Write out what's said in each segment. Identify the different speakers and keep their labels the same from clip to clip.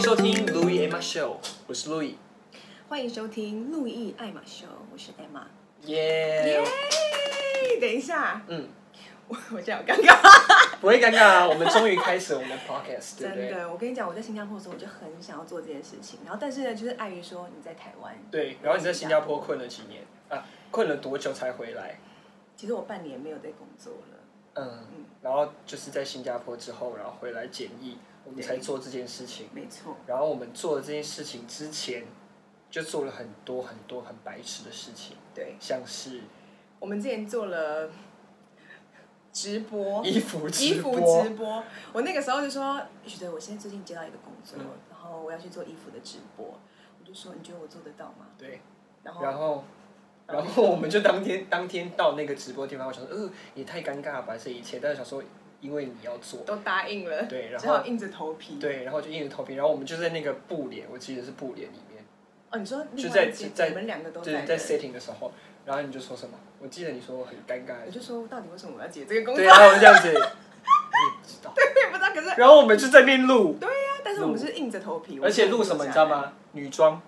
Speaker 1: 路易艾玛秀，我是路易，
Speaker 2: 欢迎收听《路易爱马秀》，我是艾玛。
Speaker 1: 耶、
Speaker 2: 耶！等一下，
Speaker 1: 嗯，
Speaker 2: 我我这样好尴尬。
Speaker 1: 不会尴尬啊，我们终于开始我们的 podcast，对不
Speaker 2: 真
Speaker 1: 对？
Speaker 2: 的，我跟你讲，我在新加坡的时候，我就很想要做这件事情，然后但是呢，就是碍于说你在台湾，
Speaker 1: 对，然后你在新加坡困了几年啊？困了多久才回来？
Speaker 2: 其实我半年没有在工作了。
Speaker 1: 嗯
Speaker 2: 嗯，
Speaker 1: 然后就是在新加坡之后，然后回来检疫，我们
Speaker 2: 对
Speaker 1: 才做这件事情。
Speaker 2: 没错，
Speaker 1: 然后我们做了这件事情之前，就做了很多很多很白痴的事情，
Speaker 2: 对，
Speaker 1: 像是
Speaker 2: 我们之前做了直播，
Speaker 1: 衣服
Speaker 2: 衣
Speaker 1: 直
Speaker 2: 服
Speaker 1: 播，
Speaker 2: 直播，我那个时候就说，许哲，我现在最近接到一个工作，
Speaker 1: 嗯
Speaker 2: 然后我要去做衣服的直播，我就说你觉得我做得到吗？
Speaker 1: 对，
Speaker 2: 然后
Speaker 1: 然后，然后我们就当天当天到那个直播地方，我想说，呃，也太尴尬了吧，这一切。但是想说，因为你要做，
Speaker 2: 都答应了，
Speaker 1: 对然后
Speaker 2: 只好硬着头皮。，
Speaker 1: 对，然后就硬着头皮。然后我们就在那个布帘，我记得是布帘里面，
Speaker 2: 哦，你说另
Speaker 1: 就
Speaker 2: 外
Speaker 1: 在
Speaker 2: 一集
Speaker 1: 在
Speaker 2: 我们两个都
Speaker 1: 就是
Speaker 2: 在
Speaker 1: 在
Speaker 2: 的
Speaker 1: setting 的时候，然后你就说什么？我记得你说很尴尬
Speaker 2: 我，就说到底为什么我要接这个工作，
Speaker 1: 对，啊然后 我们这样子，我也不知道。
Speaker 2: 我也不知道。可是，
Speaker 1: 然后我们就在那边录，
Speaker 2: 但是我们是硬着头皮，
Speaker 1: 而且录什么你知道？吗？女装。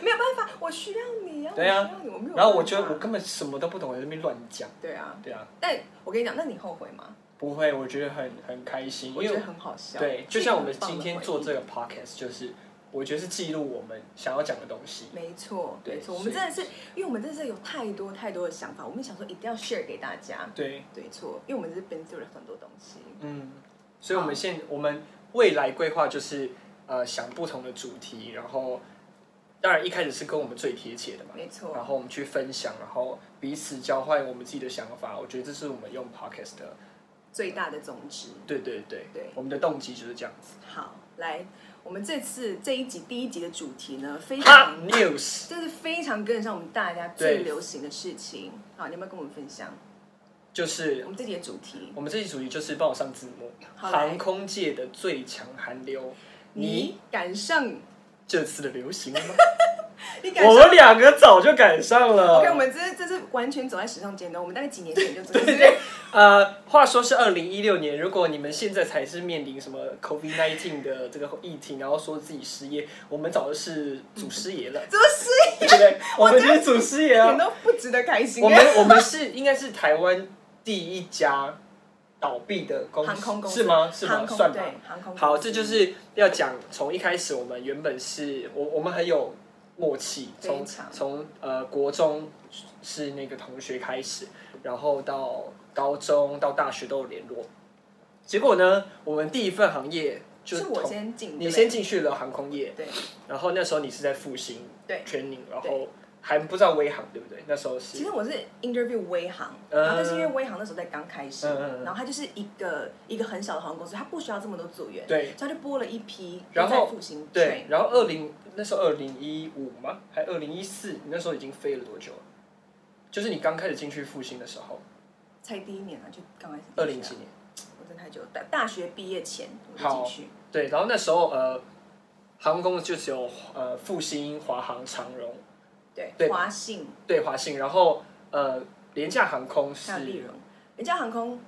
Speaker 2: 没有办法，我需要你啊，
Speaker 1: 对啊
Speaker 2: 我需要你，我没有办法。
Speaker 1: 然后我觉得我根本什么都不懂，我在那边乱讲。
Speaker 2: 对啊，
Speaker 1: 对啊，
Speaker 2: 但我跟你讲，那你后悔吗？
Speaker 1: 不会，我觉得很很开心，因
Speaker 2: 我
Speaker 1: 为
Speaker 2: 觉得很好笑。
Speaker 1: 对，就像我们今天做这
Speaker 2: 个。
Speaker 1: 个 podcast，就是我觉得是记录我们想要讲的东西。
Speaker 2: 没错，
Speaker 1: 对
Speaker 2: 没错，我
Speaker 1: 所
Speaker 2: 们
Speaker 1: 以
Speaker 2: 真的是，因为我们真的是有太多太多的想法，我们想说一定要 share 给大家。
Speaker 1: 对，
Speaker 2: 对错，因为我们是 been through 了很多东西。
Speaker 1: 嗯，所以我们
Speaker 2: 好
Speaker 1: 现我们未来规划就是呃想不同的主题，然后当然一开始是跟我们最贴切的嘛，
Speaker 2: 没
Speaker 1: 然
Speaker 2: 错，
Speaker 1: 后我们去分享，然后彼此交换我们自己的想法。我觉得这是我们用 podcast 的，
Speaker 2: 最大的宗旨。
Speaker 1: 对对对，
Speaker 2: 对
Speaker 1: 我们的动机就是这样子。
Speaker 2: 好，来，我们这次这一集第一集的主题呢，非
Speaker 1: 哈
Speaker 2: 常
Speaker 1: news，
Speaker 2: 这是非常跟得上我们大家
Speaker 1: 对
Speaker 2: 最流行的事情。好，你要不要跟我们分享
Speaker 1: 就是
Speaker 2: 我们这集的主题？
Speaker 1: 我们这期主题就是帮我上字幕，
Speaker 2: 好来
Speaker 1: 航空界的最强寒流，你
Speaker 2: 你赶上，
Speaker 1: 这次的流行了吗？
Speaker 2: 你 赶
Speaker 1: 我
Speaker 2: 上。
Speaker 1: 们两个早就赶上 了。
Speaker 2: OK，我们这这是完全走在时尚尖端。我们大概几年前就真的是，
Speaker 1: 呃，话说是二零一六年，如果你们现在才是面临什么 COVID nineteen 的这个疫情，然后说自己失业，我们早就是祖师爷 了
Speaker 2: 就是
Speaker 1: 对不对？ 我们就是祖师爷
Speaker 2: 一点
Speaker 1: 啊！
Speaker 2: 都不值得开心。
Speaker 1: 我们我们是应该是台湾第一家倒闭的公司，
Speaker 2: 航空公司
Speaker 1: 是吗？是吗？
Speaker 2: 航空
Speaker 1: 算吧
Speaker 2: 对。航空公司
Speaker 1: 好，这就是要讲从一开始，我们原本是我我们很有默契，
Speaker 2: 非
Speaker 1: 从
Speaker 2: 常
Speaker 1: 从呃国中是那个同学开始，然后到高中到大学都有联络。结果呢，我们第一份行业就是
Speaker 2: 我
Speaker 1: 同
Speaker 2: 先进，
Speaker 1: 你先进去了航空业，
Speaker 2: 对不对。
Speaker 1: 然后那时候你是在复兴
Speaker 2: 对
Speaker 1: training，然后
Speaker 2: 对
Speaker 1: 还不知道微航对不对？那时候
Speaker 2: 其
Speaker 1: 是
Speaker 2: 实我是 interview 微航，
Speaker 1: 嗯
Speaker 2: 然后但是因为微航那时候在刚开始，
Speaker 1: 嗯嗯嗯
Speaker 2: 然后它就是一个一个很小的航空公司，它不需要这么多组员，
Speaker 1: 对
Speaker 2: 所以它就拨了一批，
Speaker 1: 然后
Speaker 2: 就在复兴
Speaker 1: 对，
Speaker 2: train
Speaker 1: 然后二零那时候二零一五吗？还二零一四？你那时候已经飞了多久了？就是你刚开始进去复兴的时候，
Speaker 2: 才第一年啊，就刚开始
Speaker 1: 二
Speaker 2: 进
Speaker 1: 零
Speaker 2: 去啊
Speaker 1: 几年。
Speaker 2: 我真的太久了，大大学毕业前我就
Speaker 1: 好
Speaker 2: 进去，
Speaker 1: 对，然后那时候呃，航空公司就只有呃复兴、华航、长荣、
Speaker 2: 对，
Speaker 1: 对
Speaker 2: 华信
Speaker 1: 对华信，然后呃廉价航空
Speaker 2: 还有丽
Speaker 1: 是
Speaker 2: 荣，人家航空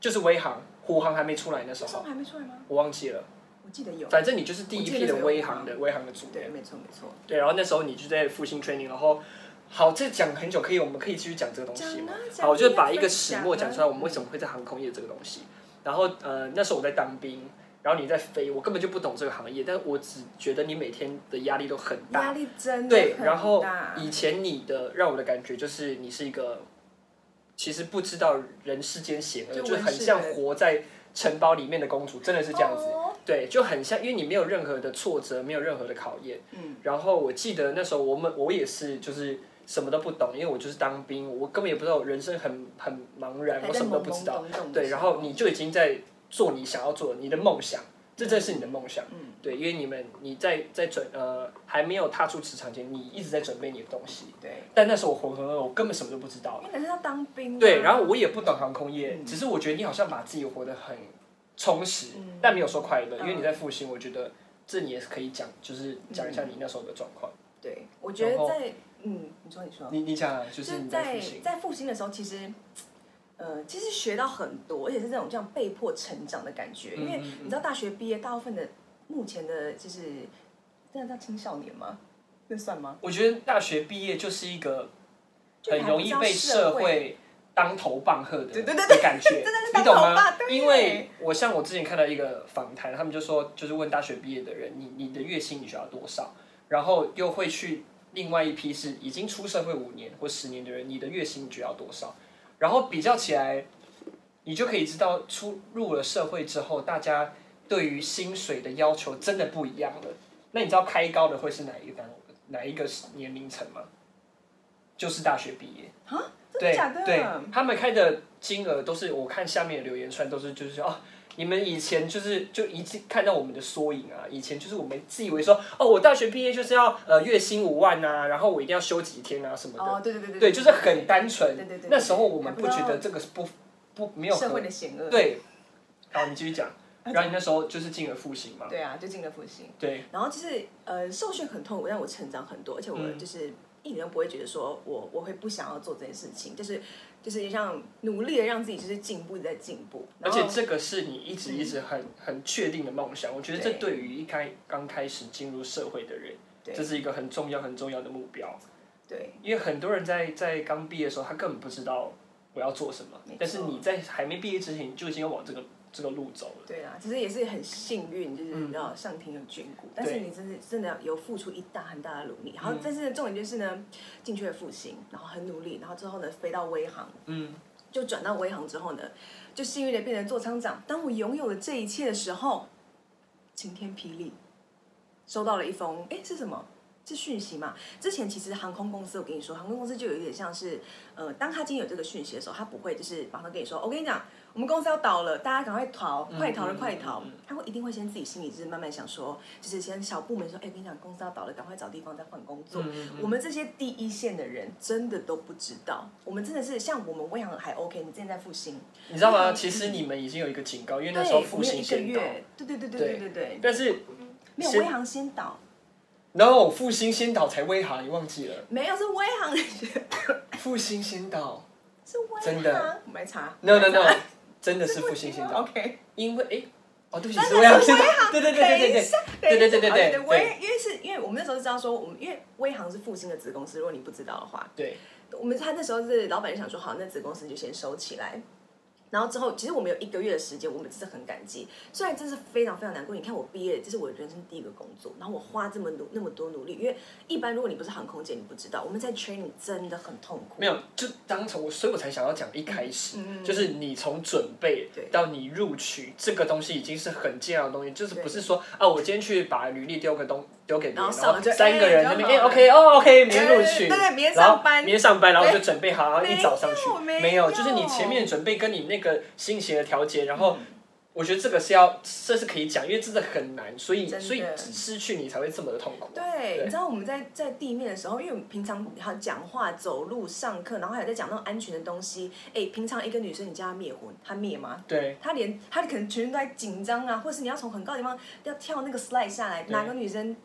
Speaker 1: 就是威航、虎航还没出来那时
Speaker 2: 那时候
Speaker 1: 候，
Speaker 2: 还没出来吗？
Speaker 1: 我忘记了，
Speaker 2: 我记得有，
Speaker 1: 反正你就是第一
Speaker 2: 我记得
Speaker 1: 批
Speaker 2: 那时
Speaker 1: 的
Speaker 2: 候有
Speaker 1: 威
Speaker 2: 虎
Speaker 1: 航
Speaker 2: 航
Speaker 1: 的威航的组
Speaker 2: 对，
Speaker 1: 员，
Speaker 2: 没错没错，
Speaker 1: 对，然后那时候你就在复兴 training，然后好，这讲很久可以，我们可以继续讲这个东西
Speaker 2: 讲
Speaker 1: 吗
Speaker 2: 啊？讲
Speaker 1: 好，我就
Speaker 2: 你要
Speaker 1: 把一个
Speaker 2: 分
Speaker 1: 始
Speaker 2: 享
Speaker 1: 末
Speaker 2: 啊
Speaker 1: 讲出来，我们为什么会在航空业这个东西。然后呃，那时候我在当兵，然后你在飞，我根本就不懂这个行业，但我只觉得你每天的压力都很大，
Speaker 2: 压力真的
Speaker 1: 对，
Speaker 2: 很
Speaker 1: 然后
Speaker 2: 大啊
Speaker 1: 以前你的让我的感觉就是你是一个，其实不知道人世间险恶，
Speaker 2: 就
Speaker 1: 就
Speaker 2: 温
Speaker 1: 很
Speaker 2: 室
Speaker 1: 像
Speaker 2: 的
Speaker 1: 活在城堡里面的公主，真的是这样子。
Speaker 2: 哦
Speaker 1: 对，就很像，因为你没有任何的挫折，没有任何的考验。
Speaker 2: 嗯，
Speaker 1: 然后我记得那时候我们我也是就是什么都不懂，因为我就是当兵，我根本也不知道我人生很很茫然，
Speaker 2: 还
Speaker 1: 我
Speaker 2: 在
Speaker 1: 什么都
Speaker 2: 懵
Speaker 1: 不
Speaker 2: 懵
Speaker 1: 知道。
Speaker 2: 懂懂的
Speaker 1: 对，
Speaker 2: 时
Speaker 1: 然
Speaker 2: 候
Speaker 1: 后你就已经在做你想要做的，你的梦想，这正是你的梦想。
Speaker 2: 嗯，
Speaker 1: 对，因为你们你在在准呃还没有踏出职场前，你一直在准备你的东西。
Speaker 2: 对，
Speaker 1: 但那时候我浑浑噩噩，我根本什么都不知道。
Speaker 2: 因为男生要当兵啊，
Speaker 1: 对，然后我也不懂航空业，
Speaker 2: 嗯
Speaker 1: 只是我觉得你好像把自己活得很充实，
Speaker 2: 嗯
Speaker 1: 但没有说快乐，因为
Speaker 2: 嗯
Speaker 1: 你在复兴，我觉得这你也是可以讲，就是讲一下你那时候的状况。
Speaker 2: 对，我觉
Speaker 1: 然
Speaker 2: 得
Speaker 1: 后
Speaker 2: 在嗯，你说你说。
Speaker 1: 你你讲啊，就
Speaker 2: 就是是
Speaker 1: 你
Speaker 2: 在
Speaker 1: 复兴，
Speaker 2: 在复兴的时候，其实，呃，其实学到很多，而且是那种这样被迫成长的感觉。因为
Speaker 1: 嗯嗯嗯
Speaker 2: 你知道，大学毕业大部分的目前的就是真的叫青少年吗？那算吗？
Speaker 1: 我觉得大学毕业就是一个
Speaker 2: 就
Speaker 1: 很容易被社
Speaker 2: 还比较社
Speaker 1: 会当头棒喝的
Speaker 2: 对对对
Speaker 1: 的感觉，
Speaker 2: 真的是
Speaker 1: 你
Speaker 2: 当
Speaker 1: 懂
Speaker 2: 头
Speaker 1: 吗
Speaker 2: 棒？对
Speaker 1: 因为我像我之前看到一个访谈，他们就说，就是问大学毕业的人，你你的月薪你需要多少？然后又会去另外一批是已经出社会五年或十年的人，你的月薪你觉得要多少？然后比较起来，你就可以知道出入了社会之后，大家对于薪水的要求真的不一样了。那你知道开高的会是哪一个单哪一个年龄层吗？就是大学毕业。
Speaker 2: 啊，真
Speaker 1: 对
Speaker 2: 的假的？
Speaker 1: 对，他们开的金额都是我看下面的留言串都是就是哦，你们以前就是就一直看到我们的缩影啊，以前就是我们自以为说哦，我大学毕业就是要呃月薪五万呐、然后我一定要休几天啊什么的，
Speaker 2: 哦，对对对
Speaker 1: 对，就是很单纯。
Speaker 2: 对对对对
Speaker 1: 那时候我们
Speaker 2: 还不
Speaker 1: 不
Speaker 2: 知道
Speaker 1: 觉得这个是不不没有
Speaker 2: 社
Speaker 1: 合
Speaker 2: 会的险恶。啊
Speaker 1: 对。好，你继续讲。然后你那时候就是进而复兴嘛？
Speaker 2: 对啊，就进了复兴。
Speaker 1: 对，
Speaker 2: 然后其实呃，受训很痛苦，让我成长很多，而且我
Speaker 1: 嗯
Speaker 2: 就是一点都不会觉得说我我会不想要做这件事情，就是就是让努力的让自己就是进步在进步。
Speaker 1: 而
Speaker 2: 然后
Speaker 1: 且
Speaker 2: 嗯
Speaker 1: 这个是你一直一直很很确定的梦想。我觉得这
Speaker 2: 对
Speaker 1: 对于一开刚开始进入社会的人，
Speaker 2: 对
Speaker 1: 这是一个很重要很重要的目标。
Speaker 2: 对
Speaker 1: 因为很多人在在刚毕业的时候，他根本不知道我要做什么
Speaker 2: 没错，
Speaker 1: 但是你在还没毕业之前，你就已经往这个这个路走了。嗯
Speaker 2: 对啊，其实也是很幸运，就是你知道上天有眷顾，但是你真是真的有付出一大很大的努力。
Speaker 1: 嗯
Speaker 2: 然后但是重点就是呢，进去了复兴，然后很努力，然后之后呢飞到威航，
Speaker 1: 嗯，
Speaker 2: 就转到威航之后呢，就幸运的变成座舱长。当我拥有了这一切的时候，晴天霹雳，收到了一封，哎，是什么？是讯息嘛？之前其实航空公司，我跟你说，航空公司就有一点像是，呃，当他今天有这个讯息的时候，他不会就是马上跟你说，我跟你讲，我们公司要倒了，大家赶快逃，快逃了，
Speaker 1: 嗯
Speaker 2: 快逃
Speaker 1: 嗯嗯。
Speaker 2: 他会一定会先自己心里就是慢慢想说，就是先小部门说，哎，我跟你讲，公司要倒了，赶快找地方再换工作。
Speaker 1: 嗯
Speaker 2: 我们这些第一线的人真的都不知道，我们真的是像我们威航还 OK，你之前在复兴，
Speaker 1: 你知道吗？
Speaker 2: 嗯
Speaker 1: 其实你们已经有一个警告，因为那
Speaker 2: 对，
Speaker 1: 时
Speaker 2: 我
Speaker 1: 候
Speaker 2: 们
Speaker 1: 复
Speaker 2: 有
Speaker 1: 兴
Speaker 2: 一个
Speaker 1: 先到，
Speaker 2: 月，对对对对
Speaker 1: 对
Speaker 2: 对对对，
Speaker 1: 但是
Speaker 2: 没有
Speaker 1: 先
Speaker 2: 威航先倒，
Speaker 1: no 复兴先倒才威航，你忘记了？
Speaker 2: 没有是威航
Speaker 1: 复兴先倒
Speaker 2: 是威航，
Speaker 1: 真的
Speaker 2: 我们来查
Speaker 1: ，no no no，真的是复兴先倒，
Speaker 2: ，OK，
Speaker 1: 因为哎，哦对不起，
Speaker 2: 真
Speaker 1: 是
Speaker 2: 的
Speaker 1: 威航
Speaker 2: 是
Speaker 1: 先
Speaker 2: 威
Speaker 1: 倒
Speaker 2: 航，
Speaker 1: 对对对对对对，对对对对对
Speaker 2: 对威，因为是因为我们那时候知道说，我们因为威航是复兴的子公司，如果你不知道的话，
Speaker 1: 对，
Speaker 2: 我们他那时候是老板就想说，好，那子公司就先收起来。然后之后，其实我们有一个月的时间，我们真的很感激。虽然真是非常非常难过，你看我毕业，这是我人生第一个工作，然后我花这么努那么多努力，因为一般如果你不是航空姐，你不知道，我们在 training 真的很痛苦。
Speaker 1: 没有，就当成我，所以我才想要讲一开始，
Speaker 2: 嗯
Speaker 1: 就是你从准备
Speaker 2: 对
Speaker 1: 到你录取这个东西已经是很重要的东西，就是
Speaker 2: 对
Speaker 1: 不是说啊，我今天去把履历丢个东丢给别人，
Speaker 2: 然后
Speaker 1: 然
Speaker 2: 上
Speaker 1: 后
Speaker 2: 了就
Speaker 1: 三个人
Speaker 2: 哎
Speaker 1: 那边
Speaker 2: 就
Speaker 1: 哎
Speaker 2: 好了
Speaker 1: OK 哦 OK 明天录取，
Speaker 2: 对对对明天
Speaker 1: 然后
Speaker 2: 上班
Speaker 1: 明天上班，然后就
Speaker 2: 对
Speaker 1: 准备好，然后一早上去，
Speaker 2: 没
Speaker 1: 没
Speaker 2: 有没
Speaker 1: 有，
Speaker 2: 有
Speaker 1: 就是你前面的准备跟你那个心情的调节，然后。
Speaker 2: 嗯
Speaker 1: 我觉得这个是要，这是可以讲，因为真的很难，所以
Speaker 2: 真的
Speaker 1: 所以失去你才会这么的痛苦啊。
Speaker 2: 对，
Speaker 1: 对
Speaker 2: 你知道我们在在地面的时候，因为我们平常好讲话、走路、上课，然后还有在讲那种安全的东西。哎，平常一个女生你叫她灭火，她灭吗？
Speaker 1: 对，
Speaker 2: 她连她可能全身都在紧张啊，或是你要从很高的地方要跳那个 slide 下来，
Speaker 1: 对
Speaker 2: 哪个女生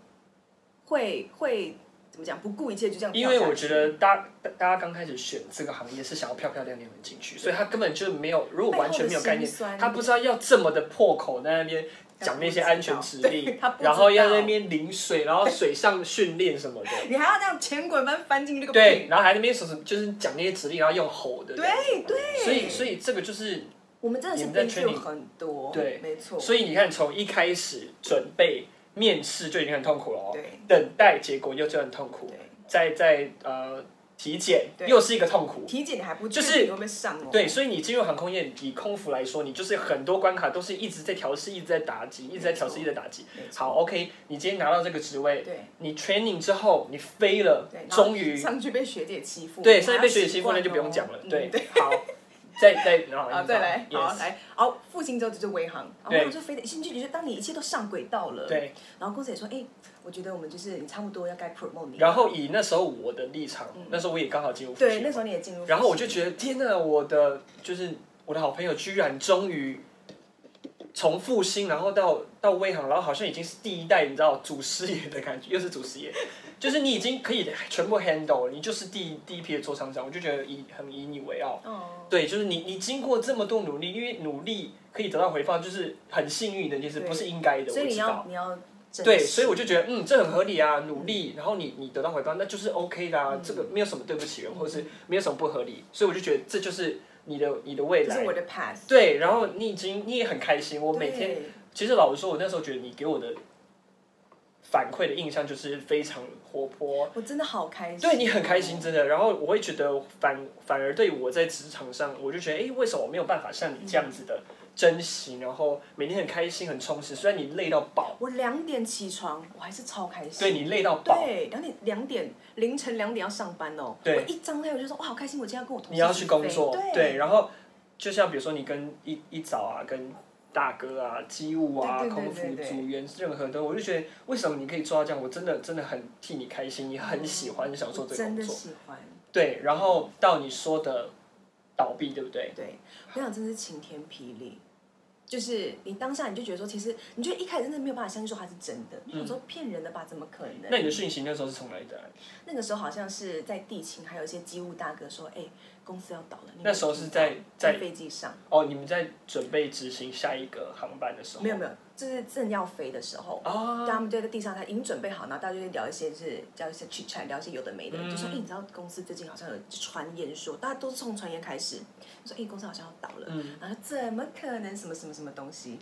Speaker 2: 会会怎么讲？不顾一切就这样
Speaker 1: 因
Speaker 2: 跳
Speaker 1: 为
Speaker 2: 下
Speaker 1: 我
Speaker 2: 去
Speaker 1: 觉得大大大家刚开始选这个行业是想要漂漂亮亮的进去，所以他根本就没有，如果完全没有概
Speaker 2: 背后的
Speaker 1: 念
Speaker 2: 辛，酸
Speaker 1: 他不知道要这么的破口在那边讲那些安全指令
Speaker 2: 对他不，知道
Speaker 1: 然后要在那边淋水，然后水上训练什 么的，
Speaker 2: 你还要这样前滚翻翻进这个
Speaker 1: 对，
Speaker 2: 饼。
Speaker 1: 然后还在那边什么就是讲那些指令，然后用吼的，
Speaker 2: 对对，
Speaker 1: 所以所以这个就是，
Speaker 2: 我们真的是
Speaker 1: 你们在
Speaker 2: 编剧
Speaker 1: training
Speaker 2: 很多，
Speaker 1: 对
Speaker 2: 没错，
Speaker 1: 所以你看从一开始准备面试就已经很痛苦了哦，
Speaker 2: 对
Speaker 1: 等待结果又就很痛苦
Speaker 2: 对，
Speaker 1: 再再呃体检
Speaker 2: 对
Speaker 1: 又是一个痛苦，
Speaker 2: 体检你还不
Speaker 1: 就
Speaker 2: 确
Speaker 1: 是
Speaker 2: 定你会不会上哦？
Speaker 1: 对，所以你进入航空业，以空服来说，你就是很多关卡都是一直在调试，一直在打击，一直在调试，一
Speaker 2: 没错
Speaker 1: 直在打击。
Speaker 2: 没错
Speaker 1: 好，OK，你今天拿到这个职位，
Speaker 2: 对
Speaker 1: 你 training 之后，你飞了
Speaker 2: 对，，然后
Speaker 1: 终于
Speaker 2: 上去被学姐欺负，
Speaker 1: 对，
Speaker 2: 你
Speaker 1: 上一
Speaker 2: 还
Speaker 1: 被
Speaker 2: 要
Speaker 1: 学姐
Speaker 2: 习
Speaker 1: 欺负那
Speaker 2: 惯
Speaker 1: 就不用
Speaker 2: 哦
Speaker 1: 讲了。
Speaker 2: 嗯
Speaker 1: 对
Speaker 2: 对。，
Speaker 1: 好，再再然后
Speaker 2: 好，
Speaker 1: 你
Speaker 2: 再
Speaker 1: 知道
Speaker 2: 来，好
Speaker 1: yes，
Speaker 2: 来，好，复兴之后就是威航，然后
Speaker 1: 对
Speaker 2: 威航就飞得兴趣，就是当你一切都上轨道了，
Speaker 1: 对，
Speaker 2: 然后公司也说，哎，我觉得我们就是你差不多要该 promote 你了，
Speaker 1: 然后以那时候我的立场，那时候我也刚好进入复
Speaker 2: 嗯对，
Speaker 1: 兴
Speaker 2: 那时候你也进入，
Speaker 1: 然后我就觉得天呐，我的就是我的好朋友居然终于从复兴，然后到到威航，然后好像已经是第一代，你知道祖师爷的感觉，又是祖师爷，就是你已经可以全部 handle，了你就是第一第一批的做厂长，我就觉得以很以你为傲。
Speaker 2: 哦，
Speaker 1: 对，就是你你经过这么多努力，因为努力可以得到回报，就是很幸运的一件事，
Speaker 2: 对
Speaker 1: 不是应该的。
Speaker 2: 所以
Speaker 1: 我
Speaker 2: 你
Speaker 1: 知道。
Speaker 2: 要你要珍
Speaker 1: 对，
Speaker 2: 惜
Speaker 1: 所以我就觉得，嗯，这很合理啊，努力，然后你你得到回报，那就是 OK 的啊，
Speaker 2: 嗯
Speaker 1: 这个没有什么对不起人，或者是没有什么不合理，所以我就觉得这就是你的你的未
Speaker 2: 这
Speaker 1: 来
Speaker 2: 是。我的 pass。
Speaker 1: 对，然后你已经你也很开心。我每天
Speaker 2: 对
Speaker 1: 其实老实说，我那时候觉得你给我的反馈的印象就是非常活泼，
Speaker 2: 我真的好开心，嗯
Speaker 1: 对你很开心，真的。然后我会觉得反反而对我在职场上，我就觉得哎，诶为什么我没有办法像你这样子
Speaker 2: 嗯
Speaker 1: 的珍惜，然后每天很开心很充实，虽然你累到爆，
Speaker 2: 我两点起床，我还是超开心。
Speaker 1: 对你累到爆，
Speaker 2: 对，两点两点凌晨两点要上班哦。
Speaker 1: 对
Speaker 2: 我一张开我就说哇，好开心！我今天要跟我同事
Speaker 1: 你要去工
Speaker 2: 飞
Speaker 1: 作，
Speaker 2: 对，
Speaker 1: 对，然后就像比如说你跟一一早啊，跟大哥啊、机务啊、
Speaker 2: 对对对
Speaker 1: 空服
Speaker 2: 对对
Speaker 1: 组员任何的，我就觉得为什么你可以做到这样，我真的真的很替你开心，也很喜欢享受
Speaker 2: 我
Speaker 1: 这个
Speaker 2: 真
Speaker 1: 工
Speaker 2: 的
Speaker 1: 作。
Speaker 2: 喜欢。
Speaker 1: 对，然后到你说的倒闭，对不对？
Speaker 2: 对，我想真是晴天霹雳。就是你当下你就觉得说，其实你就一开始真的没有办法相信说它是真
Speaker 1: 嗯
Speaker 2: 的，你想说骗人的吧，怎么可能？
Speaker 1: 那你的讯息那时候是从哪里得来的？
Speaker 2: 那个时候好像是在地勤，还有一些机务大哥说，哎、公司要倒了。你有没有
Speaker 1: 那时候
Speaker 2: 听
Speaker 1: 是
Speaker 2: 到
Speaker 1: 在
Speaker 2: 在
Speaker 1: 在
Speaker 2: 飞机上。
Speaker 1: 哦，你们在准备执行下一个航班的时候，
Speaker 2: 没有没有，就是正要飞的时候，
Speaker 1: 啊
Speaker 2: 他们就在地上，他已经准备好，然后大家就会聊一些就是聊一些 chit chat，聊一些有的没的，就说
Speaker 1: 嗯
Speaker 2: 哎、你知道公司最近好像有传言说，大家都是从传言开始，就说哎、公司好像要倒了，
Speaker 1: 嗯
Speaker 2: 然后怎么可能什么什么什么东西？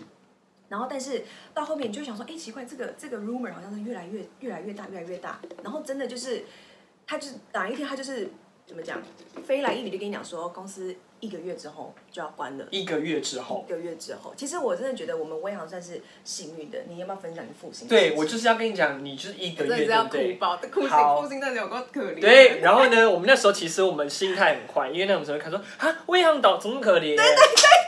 Speaker 2: 然后，但是到后面你就想说，哎，奇怪，这个这个 rumor 好像是越来越越来越大，越来越大。然后真的就是，他就是哪一天他就是怎么讲，飞来一笔就跟你讲说，公司一个月之后就要关了。
Speaker 1: 一个月之后
Speaker 2: 一。个月之后，其实我真的觉得我们威航算是幸运的。你要不要分享你复兴？
Speaker 1: 对，我就是要跟你讲，你就是一个
Speaker 2: 真的
Speaker 1: 月，
Speaker 2: 是
Speaker 1: 对
Speaker 2: 要
Speaker 1: 不
Speaker 2: 哭
Speaker 1: 对？
Speaker 2: 爆，哭醒
Speaker 1: 好
Speaker 2: 复兴真的有够可怜。
Speaker 1: 对，，然后呢，我们那时候其实我们心态很坏，因为那种时候看说啊，威航岛怎么可怜？对对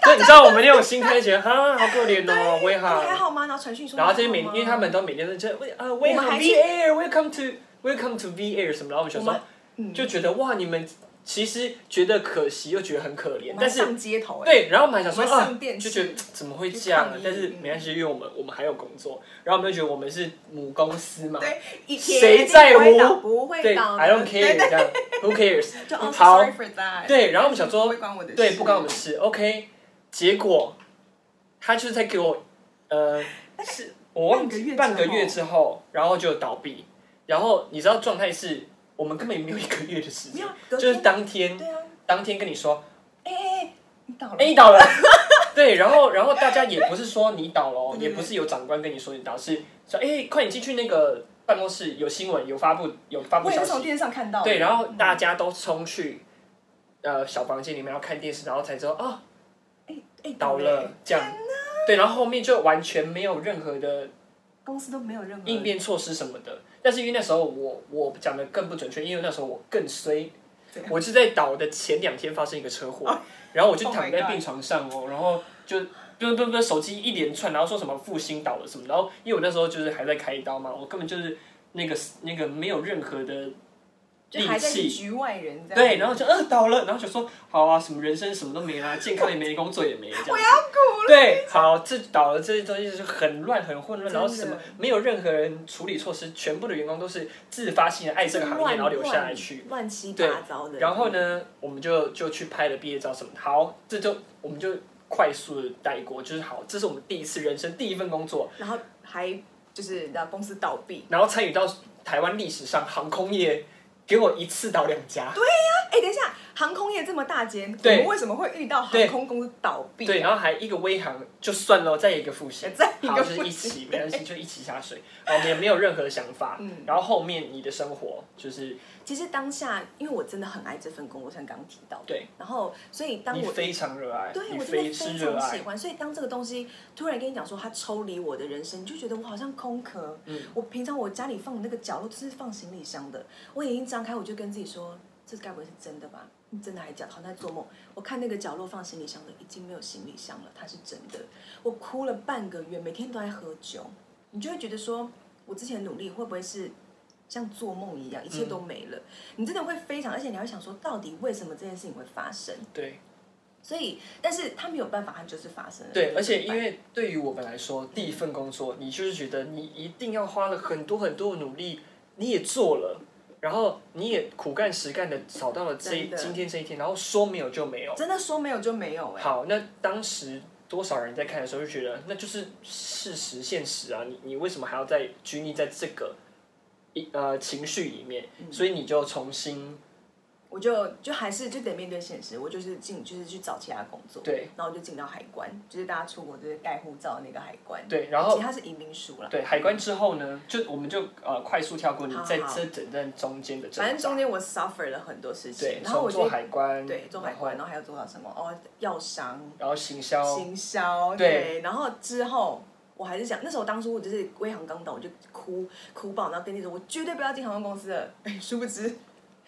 Speaker 1: 对，你知道我们那种心态就觉得啊，好可怜哦，威航。
Speaker 2: 还好吗？然后传讯说，
Speaker 1: 然后这些每，
Speaker 2: 还好
Speaker 1: 因为
Speaker 2: 吗
Speaker 1: 他们都每天都在威啊威
Speaker 2: 我们
Speaker 1: 航
Speaker 2: 还
Speaker 1: V
Speaker 2: 是
Speaker 1: Air，Welcome to Welcome to V Air 什么，然后我们想说
Speaker 2: 我们，嗯
Speaker 1: 就觉得哇，你们其实觉得可惜又觉得很可
Speaker 2: 我
Speaker 1: 怜，
Speaker 2: 们还
Speaker 1: 但是
Speaker 2: 上街头哎，
Speaker 1: 对，然后我们还想
Speaker 2: 我们
Speaker 1: 说
Speaker 2: 上
Speaker 1: 啊，
Speaker 2: 电
Speaker 1: 就
Speaker 2: 视
Speaker 1: 觉得怎么会这样啊
Speaker 2: 去抗？议嗯
Speaker 1: 但是没关系，因为我们我们还有工作，然后我们就觉得我们是母公司嘛，
Speaker 2: 对，一天
Speaker 1: 谁在
Speaker 2: 不会倒
Speaker 1: 乎？
Speaker 2: 不会
Speaker 1: 对
Speaker 2: 倒
Speaker 1: ，I don't
Speaker 2: 的对
Speaker 1: care 这样，Who cares？
Speaker 2: 就哦
Speaker 1: 好
Speaker 2: ，sorry for that。
Speaker 1: 对，然后我们想说
Speaker 2: 不会关我的事，
Speaker 1: 对，不关我们事。OK，结果他就是在给我，呃，是我忘记
Speaker 2: 半
Speaker 1: 半
Speaker 2: 个
Speaker 1: 个
Speaker 2: 月
Speaker 1: 月
Speaker 2: 之
Speaker 1: 之后，然后就倒闭。然后你知道状态是，我们根本没有一个月的时
Speaker 2: 没
Speaker 1: 间
Speaker 2: 有，隔
Speaker 1: 就是
Speaker 2: 天
Speaker 1: 当天
Speaker 2: 对啊，
Speaker 1: 当天跟你说，
Speaker 2: 哎哎哎，你倒了
Speaker 1: 哎，，你倒了。 对，然后然后大家也不是说你倒了哦，
Speaker 2: 对对
Speaker 1: 也
Speaker 2: 对
Speaker 1: 不是有长官跟你说你倒，是说哎，快点进去那个办公室，有新闻，有发布，有发布
Speaker 2: 我也
Speaker 1: 消
Speaker 2: 是
Speaker 1: 息
Speaker 2: 从。电视嗯上看到的。
Speaker 1: 对，然后大家都冲去呃小房间里面要看电视，然后才知道哦
Speaker 2: 哎哎
Speaker 1: 倒了，这样。对，然后后面就完全没有任何的
Speaker 2: 公司都没有任何
Speaker 1: 应变措施什么的。但是因为那时候我我讲的更不准确，因为那时候我更衰
Speaker 2: 怎，
Speaker 1: 我是在倒的前两天发生一个车祸，然后我就
Speaker 2: Oh my
Speaker 1: 躺在病床上哦，然后就。不不不，手机一连串，然后说什么复兴倒了什么，然后因为我那时候就是还在开刀嘛，我根本就是那个那个没有任何的
Speaker 2: 就还在
Speaker 1: 力气
Speaker 2: 是局外人这样。
Speaker 1: 对，然后就呃倒了，然后就说好啊，什么人生什么都没啦，健康也没，工作也没，这样子。我要哭了。对，好，这倒了，这些东西就是很乱、很混乱，然后
Speaker 2: 真的
Speaker 1: 什么没有任何人处理措施，全部的员工都是自发性的爱这个行业，
Speaker 2: 乱
Speaker 1: 然后留下来去。，
Speaker 2: 乱乱七八糟的。
Speaker 1: 然后呢，我们就就去拍了毕业照什么的。好，这就我们就快速的带过，就是好，这是我们第一次人生第一份工作，
Speaker 2: 然后还就是让公司倒闭。
Speaker 1: 然后参与到台湾历史上航空业，给我一次倒两家。
Speaker 2: 哎，等一下，航空业这么大间，我
Speaker 1: 对
Speaker 2: 们为什么会遇到航空公司倒闭？
Speaker 1: 对，，然后还一个微航就算了，再一个复习，
Speaker 2: 再一个
Speaker 1: 好
Speaker 2: 复
Speaker 1: 就
Speaker 2: 习
Speaker 1: 是一起，没关系，就一起下水。我们也没有任何想法，
Speaker 2: 嗯
Speaker 1: 然后后面你的生活就是
Speaker 2: 其实当下因为我真的很爱这份工作，像刚刚提到的，
Speaker 1: 对，
Speaker 2: 然后所以当
Speaker 1: 你
Speaker 2: 我。
Speaker 1: 非常热爱，
Speaker 2: 对，
Speaker 1: 你
Speaker 2: 我真的
Speaker 1: 非
Speaker 2: 非
Speaker 1: 之热
Speaker 2: 常喜
Speaker 1: 爱，
Speaker 2: 欢，所以当这个东西突然跟你讲说它抽离我的人生，你就觉得我好像空壳。
Speaker 1: 嗯
Speaker 2: 我平常我家里放的那个角落就是放行李箱的，我眼睛张开我就跟自己说，这该不会是真的吧？你真的还假的？好像在做梦。我看那个角落放行李箱的已经没有行李箱了，它是真的。我哭了半个月，每天都在喝酒，你就会觉得说我之前努力会不会是像做梦一样，一
Speaker 1: 嗯
Speaker 2: 切都没了？你真的会非常，而且你还会想说，到底为什么这件事情会发生？
Speaker 1: 对，
Speaker 2: 所以，但是他没有办法，他就是发生了。
Speaker 1: 对，而且因为对于我们来说，第一份工作，你就是觉得你一定要花了很多很多的努力，你也做了，然后你也苦干实干的找到了这一
Speaker 2: 真的
Speaker 1: 今天这一天，然后说没有就没有。
Speaker 2: 真的说没有就没有哎、
Speaker 1: 好，那当时多少人在看的时候就觉得，那就是事实现实啊，你你为什么还要再拘泥在这个一呃情绪里面？
Speaker 2: 嗯
Speaker 1: 所以你就重新
Speaker 2: 我就就还是就得面对现实，我就是进就是去找其他工作，
Speaker 1: 对，
Speaker 2: 然后就进到海关，就是大家出国就是盖护照的那个海关，
Speaker 1: 对，然后
Speaker 2: 其实它是移民署啦，
Speaker 1: 对海关之后呢，就我们就呃快速跳过你
Speaker 2: 好
Speaker 1: 在
Speaker 2: 好
Speaker 1: 这整段中间的挣
Speaker 2: 反正
Speaker 1: 扎
Speaker 2: 中间我 suffer 了很多事
Speaker 1: 对
Speaker 2: 情，，然后
Speaker 1: 从
Speaker 2: 我
Speaker 1: 做
Speaker 2: 就
Speaker 1: 海关，
Speaker 2: 对做海关，然后还有做到什么哦，药商、
Speaker 1: 然后行销，
Speaker 2: 行销，
Speaker 1: 对
Speaker 2: 对，然后之后。我还是想，那时候当初我就是微航刚到，我就哭哭爆，然后跟你说我绝对不要进航空公司了。 殊不知，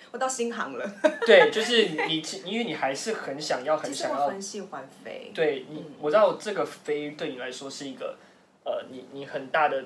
Speaker 2: 我到新航了。
Speaker 1: 对，就是你， 你因为你还是很想要，很
Speaker 2: 其实
Speaker 1: 想
Speaker 2: 我
Speaker 1: 要，
Speaker 2: 很喜欢飞，
Speaker 1: 对你，
Speaker 2: 嗯
Speaker 1: 我知道这个飞对你来说是一个，呃，你你很大的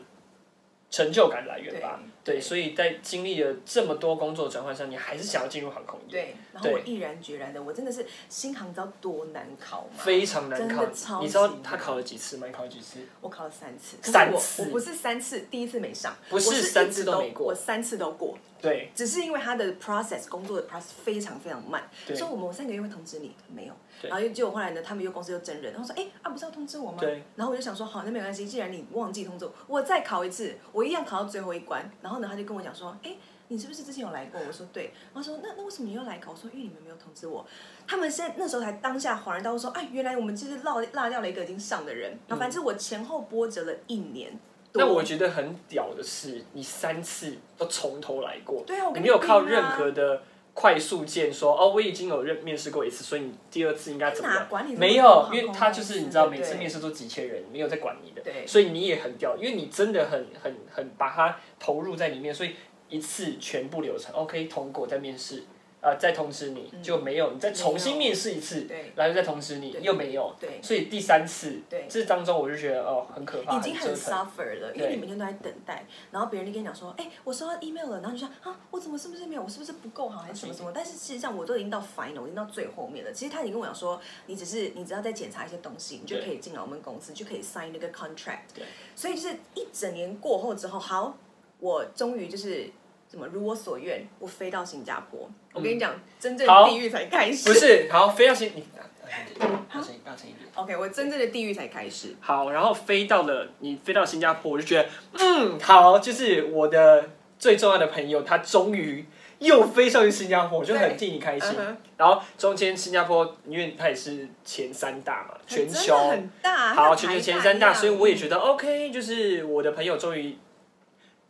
Speaker 1: 成就感来源吧？
Speaker 2: 对
Speaker 1: 对，所以在经历了这么多工作转换上，你还是想要进入航空业，
Speaker 2: 对，然后我
Speaker 1: 对
Speaker 2: 毅然决然的，我真的是新航，你知道多难考吗？
Speaker 1: 非常难
Speaker 2: 真的
Speaker 1: 考
Speaker 2: 超。
Speaker 1: 你知道
Speaker 2: 级
Speaker 1: 他考了几次吗？你考了几次？
Speaker 2: 我考了三次，
Speaker 1: 三
Speaker 2: 可是
Speaker 1: 次
Speaker 2: 我我不是三次，第一次没上，
Speaker 1: 不是
Speaker 2: 我是
Speaker 1: 三
Speaker 2: 一
Speaker 1: 次
Speaker 2: 直
Speaker 1: 都
Speaker 2: 都
Speaker 1: 没过
Speaker 2: 我三次都过，
Speaker 1: 对，
Speaker 2: 只是因为他的 process 工作的 process 非常非常慢，
Speaker 1: 对
Speaker 2: 所以我们三个月会通知你，没有。
Speaker 1: 对
Speaker 2: 然后又结果后来呢，他们又公司又真人，然后说，哎、啊不是要通知我吗？
Speaker 1: 对。
Speaker 2: 然后我就想说，好，那没关系，既然你忘记通知我，我再考一次，我一样考到最后一关。然后呢，他就跟我讲说，哎、你是不是之前有来过？我说对，然后说那那为什么你又来考？我说因为你们没有通知我。他们现在那时候才当下恍然大悟说，哎，原来我们就是落落掉了一个已经上的人。然后反正我前后波折了一年多。
Speaker 1: 那我觉得很屌的是，你三次都从头来过，
Speaker 2: 对啊我跟
Speaker 1: 你没
Speaker 2: 你
Speaker 1: 有靠
Speaker 2: 拼啊
Speaker 1: 任何的快速键说哦，我已经有认面试过一次，所以你第二次应该怎么
Speaker 2: 哪
Speaker 1: 样？
Speaker 2: 管你是不是
Speaker 1: 没有
Speaker 2: 航，空
Speaker 1: 因为他就是你知道，
Speaker 2: 公司
Speaker 1: 每次
Speaker 2: 对
Speaker 1: 面试都几千人，没有在管你的，
Speaker 2: 对
Speaker 1: 所以你也很屌，因为你真的很很很把它投入在里面，所以一次全部流程 OK 通过再面试。啊、再通知你就没有，你再重新
Speaker 2: 嗯没有
Speaker 1: 面试一次，
Speaker 2: 对
Speaker 1: 然后再通知你又没有，
Speaker 2: 对
Speaker 1: 所以第三次，
Speaker 2: 对
Speaker 1: 这当中我就觉得哦很可怕，
Speaker 2: 已经
Speaker 1: 很
Speaker 2: 很
Speaker 1: 折腾
Speaker 2: suffer 了，因为你每天都在等待，然后别人就跟你讲说，哎、我收到 email 了，然后你就说啊，我怎么是不是没有，我是不是不够好，还是什么什么？但是事实上我都已经到 final，我已经到最后面了。其实他已经跟我讲说，你只是你只要再检查一些东西，你就
Speaker 1: 对
Speaker 2: 可以进来我们公司，就可以 sign 那个 contract。
Speaker 1: 对，
Speaker 2: 所以就是一整年过后之后，好，我终于就是。怎么如我所愿，我飞到新加坡。我跟你讲，真正
Speaker 1: 嗯好
Speaker 2: 的地狱才开始。
Speaker 1: 不是，好，飞到新，你
Speaker 2: 啊
Speaker 1: 大声一点，大声一点大声一点。
Speaker 2: OK，我真正的地狱才开始。
Speaker 1: 好，然后飞到了你飞到新加坡，我就觉得，嗯，好，就是我的最重要的朋友，他终于又飞上去新加坡，我就很替你开心
Speaker 2: 嗯。哼
Speaker 1: 然后中间新加坡，因为它也是前三大嘛，全
Speaker 2: 真
Speaker 1: 球
Speaker 2: 的很大，
Speaker 1: 好，
Speaker 2: 像
Speaker 1: 全球
Speaker 2: 台
Speaker 1: 前
Speaker 2: 大
Speaker 1: 三大，
Speaker 2: 一样
Speaker 1: 所以我也觉得 OK，就是我的朋友终于